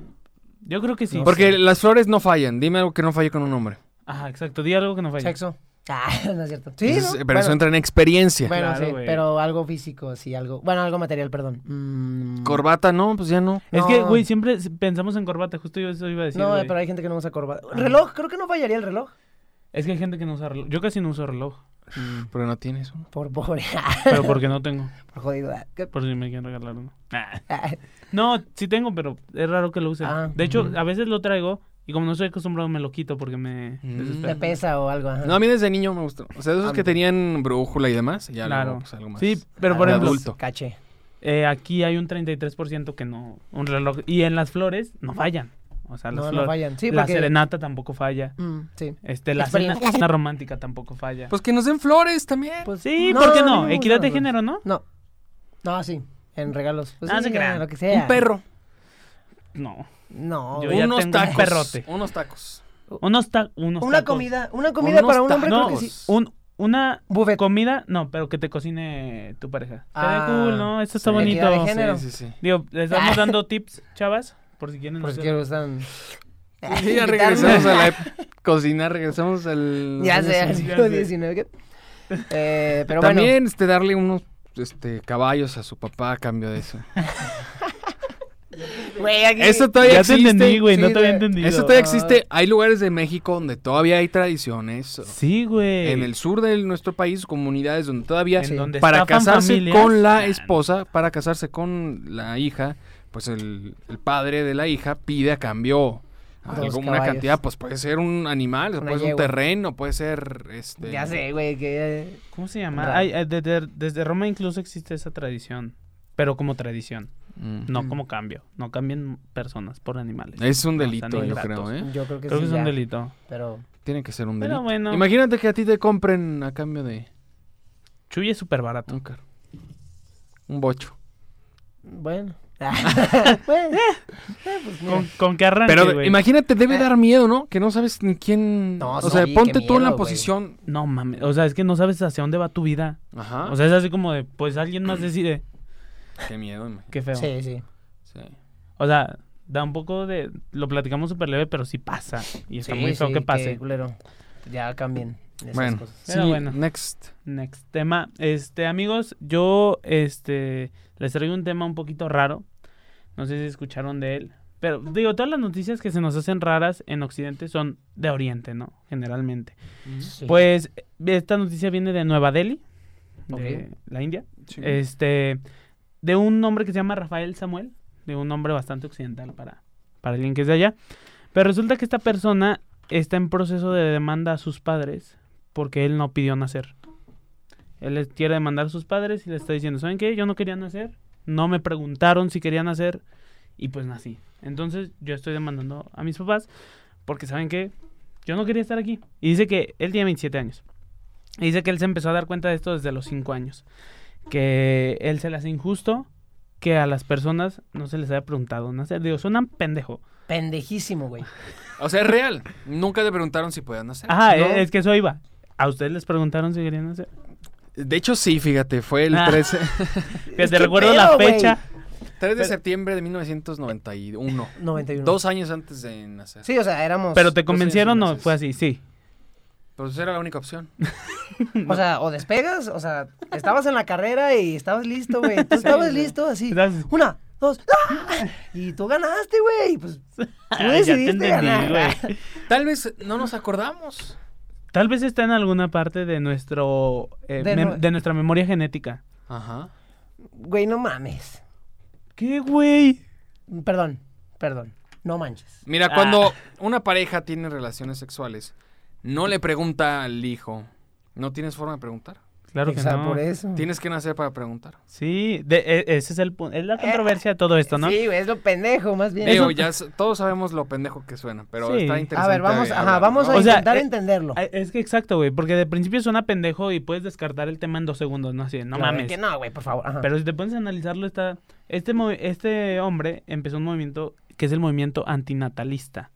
Speaker 3: Yo creo que sí.
Speaker 2: Porque las flores no fallan. Dime algo que no falle con un hombre.
Speaker 3: Ah, exacto. Di algo que no falla.
Speaker 1: Sexo. *laughs* Ah, no es cierto. Sí,
Speaker 2: Entonces,
Speaker 1: ¿no?
Speaker 2: Pues Pero
Speaker 1: bueno,
Speaker 2: eso entra en experiencia.
Speaker 1: bueno,
Speaker 3: Claro,
Speaker 1: sí,
Speaker 3: güey.
Speaker 1: pero algo físico, sí, algo. Bueno, algo material, perdón. Mm,
Speaker 2: Corbata, no, pues ya no.
Speaker 3: Es que,
Speaker 1: No.
Speaker 3: güey, siempre s- pensamos en corbata. Justo yo eso iba a decir.
Speaker 1: no,
Speaker 3: Pues güey.
Speaker 1: pero hay gente que no usa corbata. Reloj, creo que no fallaría el reloj.
Speaker 3: Es que hay gente que no usa reloj. Yo casi no uso reloj.
Speaker 2: Pero no tienes uno.
Speaker 1: Por pobre. *laughs* ah,
Speaker 3: Pero porque no tengo.
Speaker 1: por jodido. ah, qué-
Speaker 3: Por si me quieren regalar uno. Ah.
Speaker 1: ah,
Speaker 3: No, sí tengo, pero es raro que lo use.
Speaker 1: Ah,
Speaker 3: de hecho,
Speaker 1: ujú.
Speaker 3: a veces lo traigo y como no estoy acostumbrado me lo quito porque me
Speaker 2: Mm.
Speaker 1: Te
Speaker 3: desespera.
Speaker 1: pesa o algo. ajá.
Speaker 2: No, a mí desde niño me gustó. O sea, de esos
Speaker 1: A
Speaker 2: que
Speaker 1: mí-
Speaker 2: tenían brújula y demás. Ya
Speaker 3: Claro.
Speaker 2: luego, pues, algo más.
Speaker 3: Sí, pero
Speaker 1: Ah,
Speaker 3: por
Speaker 2: de
Speaker 3: ejemplo,
Speaker 2: adulto.
Speaker 1: Caché.
Speaker 3: eh, aquí hay un 33% que no, un reloj. Y en las flores no fallan. O sea, las
Speaker 1: No, no
Speaker 3: flores.
Speaker 1: fallan. Sí,
Speaker 3: la
Speaker 1: porque.
Speaker 3: serenata tampoco falla.
Speaker 1: Mm, sí.
Speaker 3: Este, la cena,
Speaker 1: Experiencia.
Speaker 3: cena romántica tampoco falla.
Speaker 2: Pues que nos den flores también.
Speaker 1: Pues,
Speaker 3: sí, ¿por qué no?
Speaker 1: me
Speaker 3: Equidad
Speaker 1: gusta.
Speaker 3: de género, ¿no?
Speaker 1: No. No, sí. En regalos. Pues
Speaker 3: No
Speaker 1: sí,
Speaker 3: se
Speaker 1: ya,
Speaker 3: crean.
Speaker 1: Lo que sea.
Speaker 2: Un perro.
Speaker 3: No.
Speaker 1: No.
Speaker 3: Yo
Speaker 1: güey.
Speaker 3: ya
Speaker 2: unos
Speaker 3: tengo un
Speaker 2: tacos.
Speaker 3: perrote.
Speaker 2: Unos tacos.
Speaker 3: Unos ta- unos
Speaker 1: Una
Speaker 3: tacos.
Speaker 1: comida. Una comida para un
Speaker 2: Unos
Speaker 1: hombre creo
Speaker 3: tacos.
Speaker 1: que sí.
Speaker 3: Un, una
Speaker 1: Buffet.
Speaker 3: comida, no, pero que te cocine tu pareja. Estaría
Speaker 1: Ah,
Speaker 3: cool, ¿no? Esto está
Speaker 2: sí.
Speaker 3: bonito.
Speaker 1: Equidad de género. Pero- *laughs*
Speaker 2: Sí, sí, sí.
Speaker 3: Digo, les estamos dando tips, chavas, por si quieren.
Speaker 1: Por si
Speaker 3: hacer-
Speaker 1: quiero *laughs* gustan.
Speaker 2: Sí, ya
Speaker 1: *laughs*
Speaker 2: regresamos a la ep- cocina, regresamos al.
Speaker 1: Ya
Speaker 2: año
Speaker 1: sé,
Speaker 2: cien.
Speaker 1: al siglo XIX. ¿qué? Eh, pero bueno.
Speaker 2: También este, darle unos este, caballos a su papá a cambio de eso.
Speaker 1: Güey, aquí-
Speaker 2: Eso todavía
Speaker 3: ya te
Speaker 2: existe.
Speaker 3: entendí, güey,
Speaker 1: sí,
Speaker 3: no te había
Speaker 1: de-
Speaker 3: entendido.
Speaker 2: Eso todavía
Speaker 1: Ah.
Speaker 2: existe. Hay lugares de México donde todavía hay tradiciones.
Speaker 3: Sí, güey.
Speaker 2: En el sur de nuestro país, comunidades donde todavía
Speaker 3: En
Speaker 1: sí.
Speaker 3: donde
Speaker 2: para
Speaker 3: estafan
Speaker 2: casarse
Speaker 3: familias.
Speaker 2: con
Speaker 3: Ah,
Speaker 2: la
Speaker 3: no.
Speaker 2: esposa, para casarse con la hija, pues el, el padre de la hija pide a cambio
Speaker 1: Dos
Speaker 2: algo- una
Speaker 1: caballos.
Speaker 2: cantidad, pues puede ser un animal,
Speaker 1: Una
Speaker 2: puede ser un
Speaker 1: yegua.
Speaker 2: terreno, puede ser este
Speaker 1: Ya sé, güey, que...
Speaker 3: ¿Cómo se llama?
Speaker 1: Raro.
Speaker 3: Ay, ay, desde, desde Roma incluso existe esa tradición. Pero como tradición,
Speaker 2: Mm.
Speaker 3: no
Speaker 1: Ujú. Eh,
Speaker 3: como cambio. No cambien personas por animales.
Speaker 2: Es un
Speaker 3: No,
Speaker 2: delito,
Speaker 3: están
Speaker 2: yo
Speaker 3: ingratos.
Speaker 2: creo, ¿eh?
Speaker 1: Yo creo que
Speaker 3: Creo
Speaker 1: sí
Speaker 3: que es
Speaker 1: ya,
Speaker 3: un delito.
Speaker 1: Pero...
Speaker 2: Tiene que ser un
Speaker 3: Pero
Speaker 2: delito.
Speaker 3: bueno.
Speaker 2: Imagínate que a ti te compren a cambio de
Speaker 3: Chuy es súper barato.
Speaker 2: un carro. Un bocho.
Speaker 3: *laughs*
Speaker 1: Bueno. Pues, eh, pues, mira.
Speaker 3: Con, con que arranque,
Speaker 2: Pero
Speaker 3: güey.
Speaker 2: imagínate, debe
Speaker 1: Eh.
Speaker 2: dar miedo, ¿no? Que no sabes ni quién.
Speaker 1: No,
Speaker 2: o
Speaker 1: sí,
Speaker 2: sea,
Speaker 1: qué
Speaker 2: ponte tú en
Speaker 1: miedo,
Speaker 2: la
Speaker 1: güey.
Speaker 2: posición.
Speaker 3: No mames. O sea, es que no sabes hacia dónde va tu vida.
Speaker 2: Ajá.
Speaker 3: O sea, es así como de, pues
Speaker 1: *clears throat*
Speaker 3: alguien más decide.
Speaker 2: qué miedo, imagínate.
Speaker 3: Qué feo.
Speaker 1: Sí, sí.
Speaker 2: Sí.
Speaker 3: O sea, da un poco de. Lo platicamos súper leve, pero sí pasa. Y está
Speaker 1: Sí,
Speaker 3: muy feo
Speaker 1: sí,
Speaker 3: que
Speaker 1: qué
Speaker 3: pase.
Speaker 1: culero. Ya cambien esas
Speaker 2: Bueno,
Speaker 1: cosas.
Speaker 2: sí,
Speaker 3: Pero bueno.
Speaker 2: next.
Speaker 3: Next tema. Este, amigos, yo este les traigo un tema un poquito raro. No sé si escucharon de él. Pero digo, todas las noticias que se nos hacen raras en Occidente son de Oriente, ¿no? Generalmente.
Speaker 1: Sí.
Speaker 3: Pues esta noticia viene de Nueva Delhi, de
Speaker 1: Ok.
Speaker 3: la India. Este, de un hombre que se llama Rafael Samuel, de un hombre bastante occidental para, para alguien que es de allá. Pero resulta que esta persona está en proceso de demanda a sus padres porque él no pidió nacer. Él les quiere demandar a sus padres y le está diciendo, ¿saben qué? Yo no quería nacer, no me preguntaron si quería nacer y pues nací. Entonces yo estoy demandando a mis papás porque saben que yo no quería estar aquí. Y dice que él tiene 27 años. Y dice que él se empezó a dar cuenta de esto desde los 5 años. Que él se le hace injusto que a las personas no se les haya preguntado nacer. Digo, suena pendejo.
Speaker 1: Pendejísimo, güey.
Speaker 2: O sea, es real. Nunca te preguntaron si podían hacer.
Speaker 3: Ajá,
Speaker 2: No.
Speaker 3: e- es que eso iba. A ustedes les preguntaron si querían nacer.
Speaker 2: De hecho, sí, fíjate, fue el
Speaker 3: Ah.
Speaker 2: 13,
Speaker 3: Que te
Speaker 1: que
Speaker 3: recuerdo
Speaker 1: pedo,
Speaker 3: la
Speaker 1: güey. Pues,
Speaker 3: fecha.
Speaker 2: 3 de septiembre de 1991.
Speaker 1: 91.
Speaker 2: Dos años antes de nacer.
Speaker 1: Sí, o sea, éramos...
Speaker 3: Pero te
Speaker 2: Dos años
Speaker 3: convencieron
Speaker 2: y
Speaker 3: o
Speaker 2: meses.
Speaker 3: fue así, sí.
Speaker 2: Pues era la única opción.
Speaker 1: O sea, o despegas, o sea, estabas en la carrera y estabas listo, güey. Tú estabas
Speaker 3: güey.
Speaker 1: listo así.
Speaker 3: Gracias.
Speaker 1: Una, dos, ¡ah! Y tú ganaste, güey. Pues tú
Speaker 3: *laughs* Ay, ya te
Speaker 1: decidiste ganar.
Speaker 3: entendí, güey.
Speaker 2: Tal vez no nos acordamos.
Speaker 3: Tal vez está en alguna parte de nuestro eh,
Speaker 1: De
Speaker 3: mem-
Speaker 1: nue-
Speaker 3: de nuestra memoria genética.
Speaker 2: Ajá.
Speaker 1: *laughs* Güey, no mames.
Speaker 3: ¿Qué, güey?
Speaker 1: Perdón, perdón. No manches.
Speaker 2: Mira,
Speaker 3: Ah.
Speaker 2: cuando una pareja tiene relaciones sexuales, no le pregunta al hijo. No tienes forma de preguntar.
Speaker 3: Claro que
Speaker 1: O sea,
Speaker 3: no.
Speaker 1: por eso.
Speaker 2: Tienes que nacer para preguntar.
Speaker 3: Sí, de- e- ese es el punto. Es la controversia de todo esto, ¿no?
Speaker 1: Eh, Sí, güey, es lo pendejo, más bien.
Speaker 2: Digo, ya s- todos sabemos lo pendejo que suena, pero
Speaker 3: Sí.
Speaker 2: está
Speaker 3: A ver,
Speaker 1: a
Speaker 2: interesante.
Speaker 1: ver, vamos,
Speaker 2: de
Speaker 1: ajá,
Speaker 2: hablar,
Speaker 1: vamos a
Speaker 2: ¿no?
Speaker 3: O sea,
Speaker 1: intentar
Speaker 3: eh,
Speaker 1: entenderlo.
Speaker 3: Ay, Es que exacto, güey, porque de principio suena pendejo y puedes descartar el tema en dos segundos, ¿no? Así, de, no
Speaker 1: Claro,
Speaker 3: mames.
Speaker 1: Que no, güey, por favor. ajá.
Speaker 3: Pero si te pones a analizarlo, está... Este, movi- este hombre empezó un movimiento que es el movimiento antinatalista,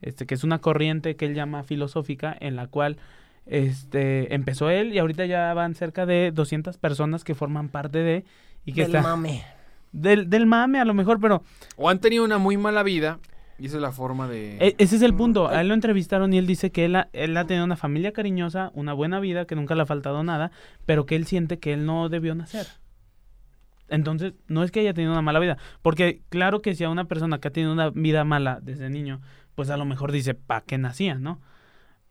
Speaker 3: este, que es una corriente que él llama filosófica, en la cual este, empezó él y ahorita ya van cerca de 200 personas que forman parte de... Y que
Speaker 1: Del
Speaker 3: está,
Speaker 1: mame.
Speaker 3: Del, del mame a lo mejor, pero
Speaker 2: O han tenido una muy mala vida y esa es la forma de...
Speaker 3: e- ese es el punto. A él lo entrevistaron y él dice que él ha, él ha tenido una familia cariñosa, una buena vida, que nunca le ha faltado nada, pero que él siente que él no debió nacer. Entonces, no es que haya tenido una mala vida, porque claro que si a una persona que ha tenido una vida mala desde niño, pues a lo mejor dice, ¿pa' qué nacía, no?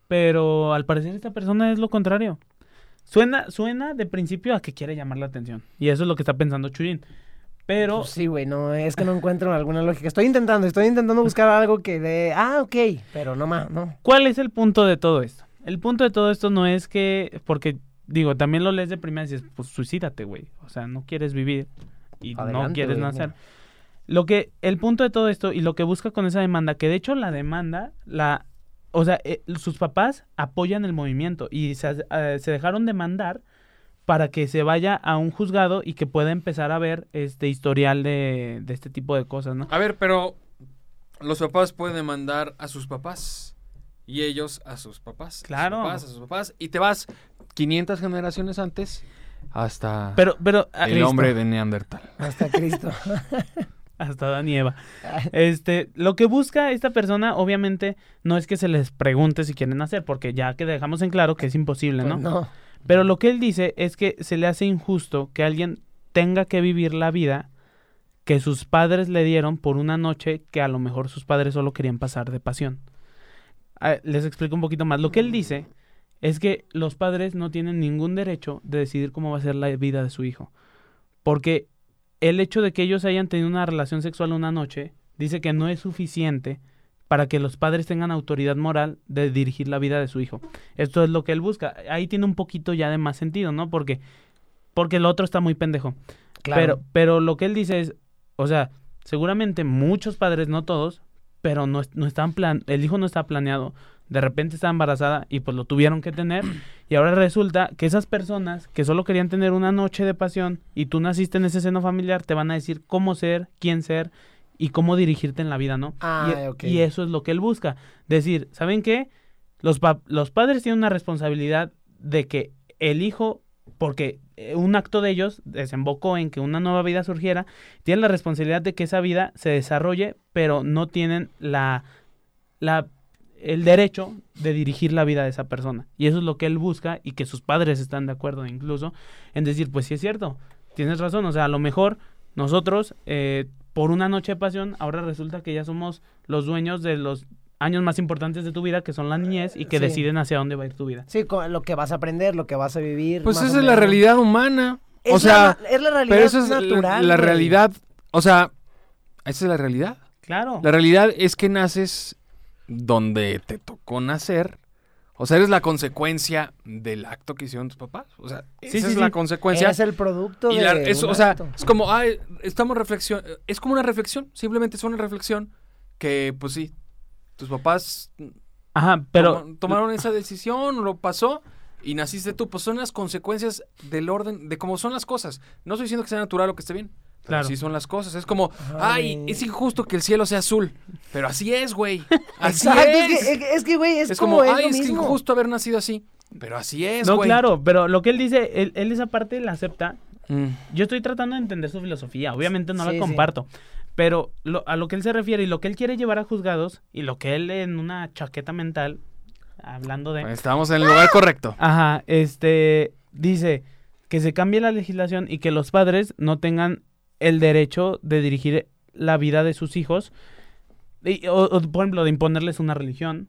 Speaker 3: Pero al parecer esta persona es lo contrario. Suena, suena de principio a que quiere llamar la atención. Y eso es lo que está pensando Chuyin. Pero...
Speaker 1: Pues sí, güey, no, es que no encuentro alguna lógica. Estoy intentando, estoy intentando buscar algo que de. Ah, ok, pero no más, no.
Speaker 3: ¿Cuál es el punto de todo esto? El punto de todo esto no es que, porque digo, también lo lees de primera y dices, pues suicídate, güey. O sea, no quieres vivir y no
Speaker 1: Adelante,
Speaker 3: quieres
Speaker 1: güey,
Speaker 3: nacer.
Speaker 1: mira.
Speaker 3: Lo que, el punto de todo esto y lo que busca con esa demanda, que de hecho la demanda, la, o sea, eh, sus papás apoyan el movimiento y se, hace- eh, se dejaron demandar para que se vaya a un juzgado y que pueda empezar a ver este historial de, de este tipo de cosas, ¿no?
Speaker 2: A ver, pero los papás pueden demandar a sus papás y ellos a sus papás. a sus
Speaker 3: Claro.
Speaker 2: papás, a sus papás. Y te vas 500 generaciones antes hasta
Speaker 3: Pero, pero... ah,
Speaker 2: el
Speaker 3: listo.
Speaker 2: hombre de Neandertal.
Speaker 1: Hasta
Speaker 2: *laughs*
Speaker 1: Cristo.
Speaker 3: *laughs* Hasta Dan y Eva. Este, lo que busca esta persona, obviamente, no es que se les pregunte si quieren hacer, porque ya que dejamos en claro que es imposible, ¿no?
Speaker 1: Pues no.
Speaker 3: Pero lo que él dice es que se le hace injusto que alguien tenga que vivir la vida que sus padres le dieron por una noche que a lo mejor sus padres solo querían pasar de pasión. Ah, les explico un poquito más. Lo que él dice es que los padres no tienen ningún derecho de decidir cómo va a ser la vida de su hijo. Porque el hecho de que ellos hayan tenido una relación sexual una noche dice que no es suficiente para que los padres tengan autoridad moral de dirigir la vida de su hijo. Esto es lo que él busca. Ahí tiene un poquito ya de más sentido, ¿no? Porque porque el otro está muy pendejo.
Speaker 1: Claro.
Speaker 3: Pero pero lo que él dice es, o sea, seguramente muchos padres, no todos, pero no, es- no están plan el hijo no está planeado. De repente está embarazada y pues lo tuvieron
Speaker 1: *clears throat*
Speaker 3: que tener y ahora resulta que esas personas que solo querían tener una noche de pasión y tú naciste en ese seno familiar te van a decir cómo ser, quién ser y cómo dirigirte en la vida, ¿no?
Speaker 1: Ah,
Speaker 3: y, e-,
Speaker 1: ok.
Speaker 3: y eso es lo que él busca. Decir, ¿saben qué? Los, pa- los padres tienen una responsabilidad de que el hijo, porque eh, un acto de ellos desembocó en que una nueva vida surgiera, tienen la responsabilidad de que esa vida se desarrolle, pero no tienen la, la, el derecho de dirigir la vida de esa persona. Y eso es lo que él busca y que sus padres están de acuerdo incluso en decir, pues sí es cierto, tienes razón, o sea, a lo mejor nosotros, eh, por una noche de pasión, ahora resulta que ya somos los dueños de los años más importantes de tu vida, que son la niñez, y que
Speaker 1: Sí.
Speaker 3: deciden hacia dónde va a ir tu vida.
Speaker 1: Sí, co- lo que vas a aprender, lo que vas a vivir.
Speaker 2: Pues
Speaker 1: más
Speaker 2: esa
Speaker 1: o
Speaker 2: es la
Speaker 1: menos.
Speaker 2: realidad humana.
Speaker 1: Es
Speaker 2: o sea,
Speaker 1: la, es la realidad
Speaker 2: pero esa es la-
Speaker 1: natural.
Speaker 2: la,
Speaker 1: güey.
Speaker 2: realidad. O sea, esa es la realidad.
Speaker 3: Claro.
Speaker 2: La realidad es que naces donde te tocó nacer. O sea, eres la consecuencia del acto que hicieron tus papás. O sea, esa
Speaker 3: Sí, sí,
Speaker 2: es la
Speaker 3: sí.
Speaker 2: consecuencia.
Speaker 1: Es el producto
Speaker 2: Y
Speaker 1: de
Speaker 2: la- es-
Speaker 1: un
Speaker 2: o sea,
Speaker 1: acto.
Speaker 2: es como, ah, estamos reflexión, es como una reflexión, simplemente es una reflexión que, pues sí, tus papás
Speaker 3: Ajá, pero...
Speaker 2: toma- tomaron esa decisión, lo pasó y naciste tú, pues son las consecuencias del orden, de cómo son las cosas. No estoy diciendo que sea natural o que esté bien, pero
Speaker 3: Claro.
Speaker 2: así son las cosas. Es como, ay,
Speaker 1: Ay.
Speaker 2: es injusto que el cielo sea azul, pero así es, güey, así
Speaker 1: Exacto,
Speaker 2: es.
Speaker 1: es que, es que, güey, es,
Speaker 2: Es
Speaker 1: como, es
Speaker 2: ay,
Speaker 1: lo
Speaker 2: es que
Speaker 1: mismo.
Speaker 2: injusto haber nacido así, pero así es,
Speaker 3: No,
Speaker 2: güey.
Speaker 3: claro, pero lo que él dice, él, él esa parte la acepta.
Speaker 2: Mm.
Speaker 3: Yo estoy tratando de entender su filosofía, obviamente no
Speaker 1: Sí,
Speaker 3: la
Speaker 1: sí.
Speaker 3: comparto, pero lo- a lo que él se refiere y lo que él quiere llevar a juzgados y lo que él en una chaqueta mental, hablando de...
Speaker 2: Estamos en el lugar correcto.
Speaker 3: Ajá, este, dice que se cambie la legislación y que los padres no tengan el derecho de dirigir la vida de sus hijos, y- o, o, por ejemplo, de imponerles una religión,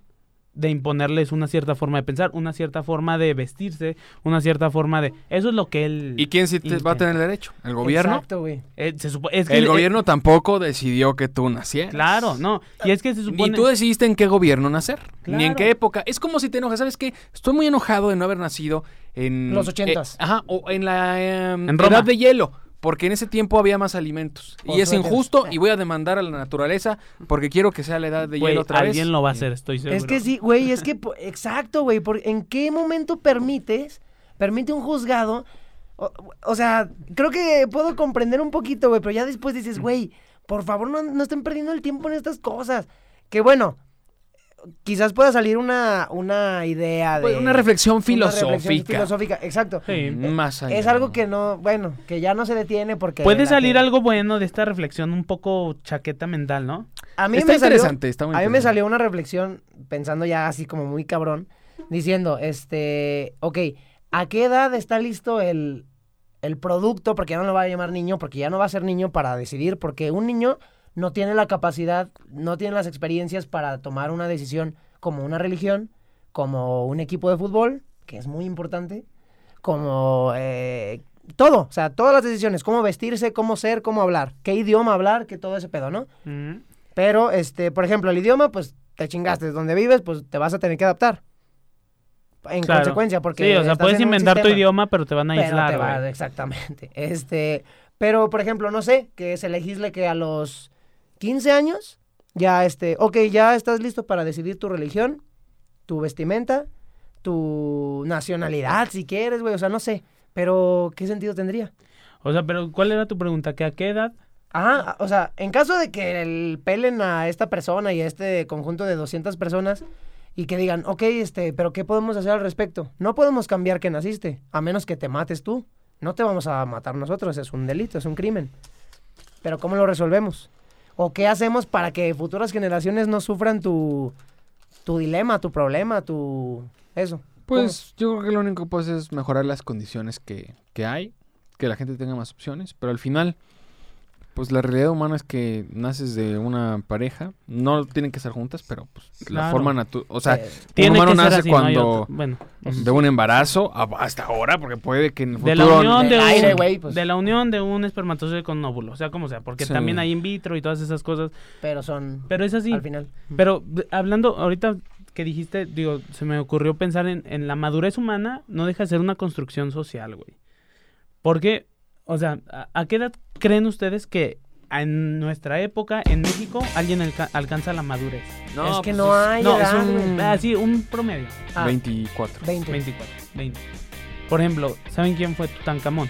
Speaker 3: de imponerles una cierta forma de pensar, una cierta forma de vestirse, una cierta forma de... Eso es lo que él...
Speaker 2: ¿Y quién sí te- va a
Speaker 3: Intenta.
Speaker 2: tener derecho? ¿El gobierno?
Speaker 1: Exacto, güey.
Speaker 3: eh, se supo- es que
Speaker 2: El
Speaker 3: él-
Speaker 2: gobierno tampoco decidió que tú nacieras.
Speaker 3: Claro, no. Y es que se
Speaker 2: Ni
Speaker 3: supone...
Speaker 2: tú decidiste en qué gobierno nacer, ni en
Speaker 3: Claro.
Speaker 2: qué época. Es como si te enojas, ¿sabes qué? Estoy muy enojado de no haber nacido en...
Speaker 1: Los ochentas.
Speaker 2: eh, ajá, o en la eh,
Speaker 3: Roma.
Speaker 2: edad de hielo, porque en ese tiempo había más alimentos.
Speaker 1: O
Speaker 2: y es
Speaker 1: suéteres.
Speaker 2: injusto y voy a demandar a la naturaleza porque quiero que sea la edad de
Speaker 3: Güey,
Speaker 2: hielo otra vez.
Speaker 3: alguien lo va a hacer, estoy seguro.
Speaker 1: Es que sí, güey, es que, po- *laughs* exacto, güey, por- ¿en qué momento permites, permite un juzgado? O, o sea, creo que puedo comprender un poquito, güey, pero ya después dices, güey, por favor no, no estén perdiendo el tiempo en estas cosas. Que bueno, quizás pueda salir una, Pues, una idea de...
Speaker 2: Güey, Pues, Una reflexión
Speaker 1: una
Speaker 2: filosófica.
Speaker 1: reflexión filosófica, exacto.
Speaker 3: Sí.
Speaker 2: Más allá.
Speaker 1: Es algo que no, bueno, que ya no se detiene porque...
Speaker 3: Puede
Speaker 1: la
Speaker 3: salir
Speaker 1: gente-
Speaker 3: algo bueno de esta reflexión un poco chaqueta mental, ¿no?
Speaker 1: A mí
Speaker 2: Está
Speaker 1: me salió-
Speaker 2: interesante, está muy
Speaker 1: A mí me
Speaker 2: interesante.
Speaker 1: salió una reflexión, pensando ya así como muy cabrón, diciendo, este, ok, ¿a qué edad está listo el, el producto? Porque ya no lo va a llamar niño, porque ya no va a ser niño para decidir, porque un niño no tiene la capacidad, no tiene las experiencias para tomar una decisión como una religión, como un equipo de fútbol, que es muy importante, como eh, todo, o sea, todas las decisiones, cómo vestirse, cómo ser, cómo hablar, qué idioma hablar, que todo ese pedo, ¿no? Pero, este, por ejemplo, el idioma, pues te chingaste. Donde vives, pues te vas a tener que adaptar. En
Speaker 3: Claro.
Speaker 1: consecuencia, porque.
Speaker 3: Sí, o sea,
Speaker 1: estás
Speaker 3: puedes
Speaker 1: en un
Speaker 3: inventar tu
Speaker 1: sistema,
Speaker 3: idioma, pero te van a
Speaker 1: pero te
Speaker 3: aislar,
Speaker 1: va-
Speaker 3: güey.
Speaker 1: exactamente. *laughs* Este, pero, por ejemplo, no sé, que se legisle que a los 15 años, ya, este, ok, ya estás listo para decidir tu religión, tu vestimenta, tu nacionalidad, si quieres, güey. O sea, no sé. Pero, ¿qué sentido tendría?
Speaker 3: O sea, pero ¿cuál era tu pregunta? ¿Que a qué edad?
Speaker 1: Ajá, o sea, en caso de que el- pelen a esta persona y a este conjunto de 200 personas y que digan, ok, este, pero ¿qué podemos hacer al respecto? No podemos cambiar que naciste, a menos que te mates tú. No te vamos a matar nosotros, es un delito, es un crimen. Pero ¿cómo lo resolvemos? ¿O qué hacemos para que futuras generaciones no sufran tu, tu dilema, tu problema, tu... eso?
Speaker 2: Pues yo creo que lo único pues es mejorar las condiciones que, que hay, que la gente tenga más opciones, pero al final Pues la realidad humana es que naces de una pareja. No tienen que ser juntas, pero pues, la
Speaker 3: Claro.
Speaker 2: forma natural. O sea,
Speaker 1: Eh,
Speaker 2: un
Speaker 3: Tiene
Speaker 2: humano
Speaker 3: que ser
Speaker 2: nace
Speaker 3: así, no hay
Speaker 2: cuando.
Speaker 3: otra- bueno,
Speaker 2: de un embarazo a- hasta ahora, porque puede que en el futuro.
Speaker 3: de la unión de
Speaker 1: Del
Speaker 3: un,
Speaker 1: aire, güey, pues.
Speaker 3: de la unión de un espermatozoide con un óvulo, o sea, como sea, porque
Speaker 2: Sí.
Speaker 3: también hay in vitro y todas esas cosas,
Speaker 1: pero son
Speaker 3: pero es así.
Speaker 1: al final.
Speaker 3: Pero de- hablando ahorita que dijiste, digo, se me ocurrió pensar en, en la madurez humana, no deja de ser una construcción social, güey. Porque, o sea, ¿a, a qué edad creen ustedes que en nuestra época, en México, alguien alca- alcanza la madurez?
Speaker 1: es que
Speaker 2: pues,
Speaker 1: no hay
Speaker 3: No, es
Speaker 1: edad,
Speaker 3: un,
Speaker 1: güey.
Speaker 3: ah, sí, un promedio.
Speaker 1: Ah,
Speaker 2: 24.
Speaker 1: 20.
Speaker 3: 24, 20. Por ejemplo, ¿saben quién fue Tutankamón?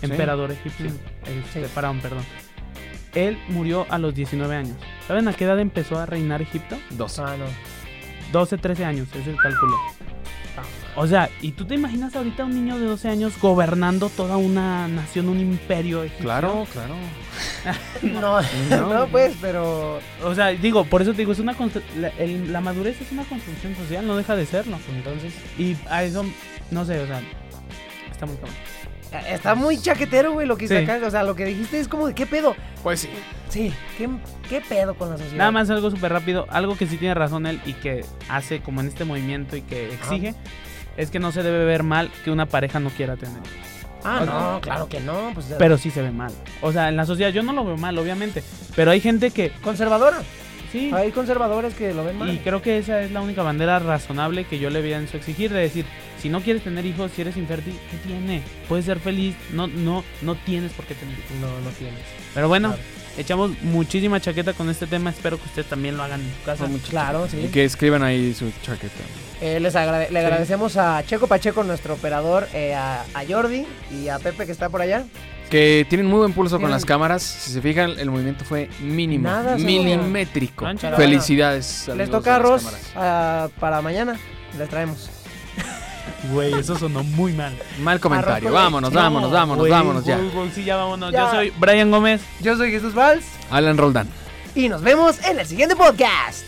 Speaker 2: Sí.
Speaker 3: Emperador egipcio. Este,
Speaker 1: Sí.
Speaker 3: faraón, perdón. Él murió a los 19 años. ¿Saben a qué edad empezó a reinar Egipto?
Speaker 2: 12.
Speaker 1: Ah, no. *laughs*
Speaker 3: 12, 13 años, es el cálculo. O sea, ¿y tú te imaginas ahorita un niño de 12 años gobernando toda una nación, un imperio egipcio?
Speaker 2: Claro, claro.
Speaker 1: No,
Speaker 2: No.
Speaker 1: no, pues, pero
Speaker 3: O sea, digo, por eso te digo, es una constru- la, el- la madurez es una construcción social, no deja de serlo.
Speaker 1: entonces
Speaker 3: Y a eso, no sé, o sea, está muy cabrón.
Speaker 1: está muy chaquetero, güey, lo que hice
Speaker 3: Sí.
Speaker 1: acá. O sea, lo que dijiste es como de qué pedo.
Speaker 2: Pues sí.
Speaker 1: Sí, qué, qué pedo con la sociedad.
Speaker 3: Nada más algo súper rápido, algo que sí tiene razón él y que hace como en este movimiento y que exige, es que no se debe ver mal que una pareja no quiera tener.
Speaker 1: Ah,
Speaker 3: Ok.
Speaker 1: no, claro que no. Pues,
Speaker 3: Pero sí se ve mal. O sea, en la sociedad yo no lo veo mal, obviamente. Pero hay gente que,
Speaker 1: conservadora.
Speaker 3: sí,
Speaker 1: Hay conservadores que lo ven mal.
Speaker 3: y creo que esa es la única bandera razonable que yo le veía en su exigir, de decir, si no quieres tener hijos, si eres infértil, ¿qué tiene? Puedes ser feliz, no, no, no tienes por qué tener hijos.
Speaker 1: No, no tienes.
Speaker 3: Pero bueno,
Speaker 1: Claro.
Speaker 3: echamos muchísima chaqueta con este tema, espero que ustedes también lo hagan en su casa.
Speaker 1: Claro, sí.
Speaker 2: Y que escriban ahí su chaqueta.
Speaker 1: Eh, les agrade- le
Speaker 3: Sí.
Speaker 1: agradecemos a Checo Pacheco, nuestro operador, eh, a, a Jordi y a Pepe que está por allá.
Speaker 2: Que tienen muy buen pulso con
Speaker 1: Tienen-
Speaker 2: las cámaras. Si se fijan, el movimiento fue mínimo.
Speaker 1: Nada, sí.
Speaker 2: milimétrico.
Speaker 3: Mancha.
Speaker 1: Pero
Speaker 2: Felicidades.
Speaker 1: Les
Speaker 2: amigos
Speaker 1: toca
Speaker 2: de las
Speaker 1: arroz
Speaker 2: cámaras.
Speaker 1: ah, para mañana. Les traemos.
Speaker 3: Güey, eso sonó muy mal.
Speaker 2: Mal comentario.
Speaker 1: Arroz con
Speaker 2: Vámonos,
Speaker 1: leche.
Speaker 2: vámonos, vámonos,
Speaker 3: Güey,
Speaker 2: vámonos ya.
Speaker 3: güey, güey, sí, ya vámonos.
Speaker 1: Ya.
Speaker 3: Yo soy Brian Gómez.
Speaker 1: Yo soy Jesús Valls
Speaker 2: Alan Roldán.
Speaker 1: y nos vemos en el siguiente podcast.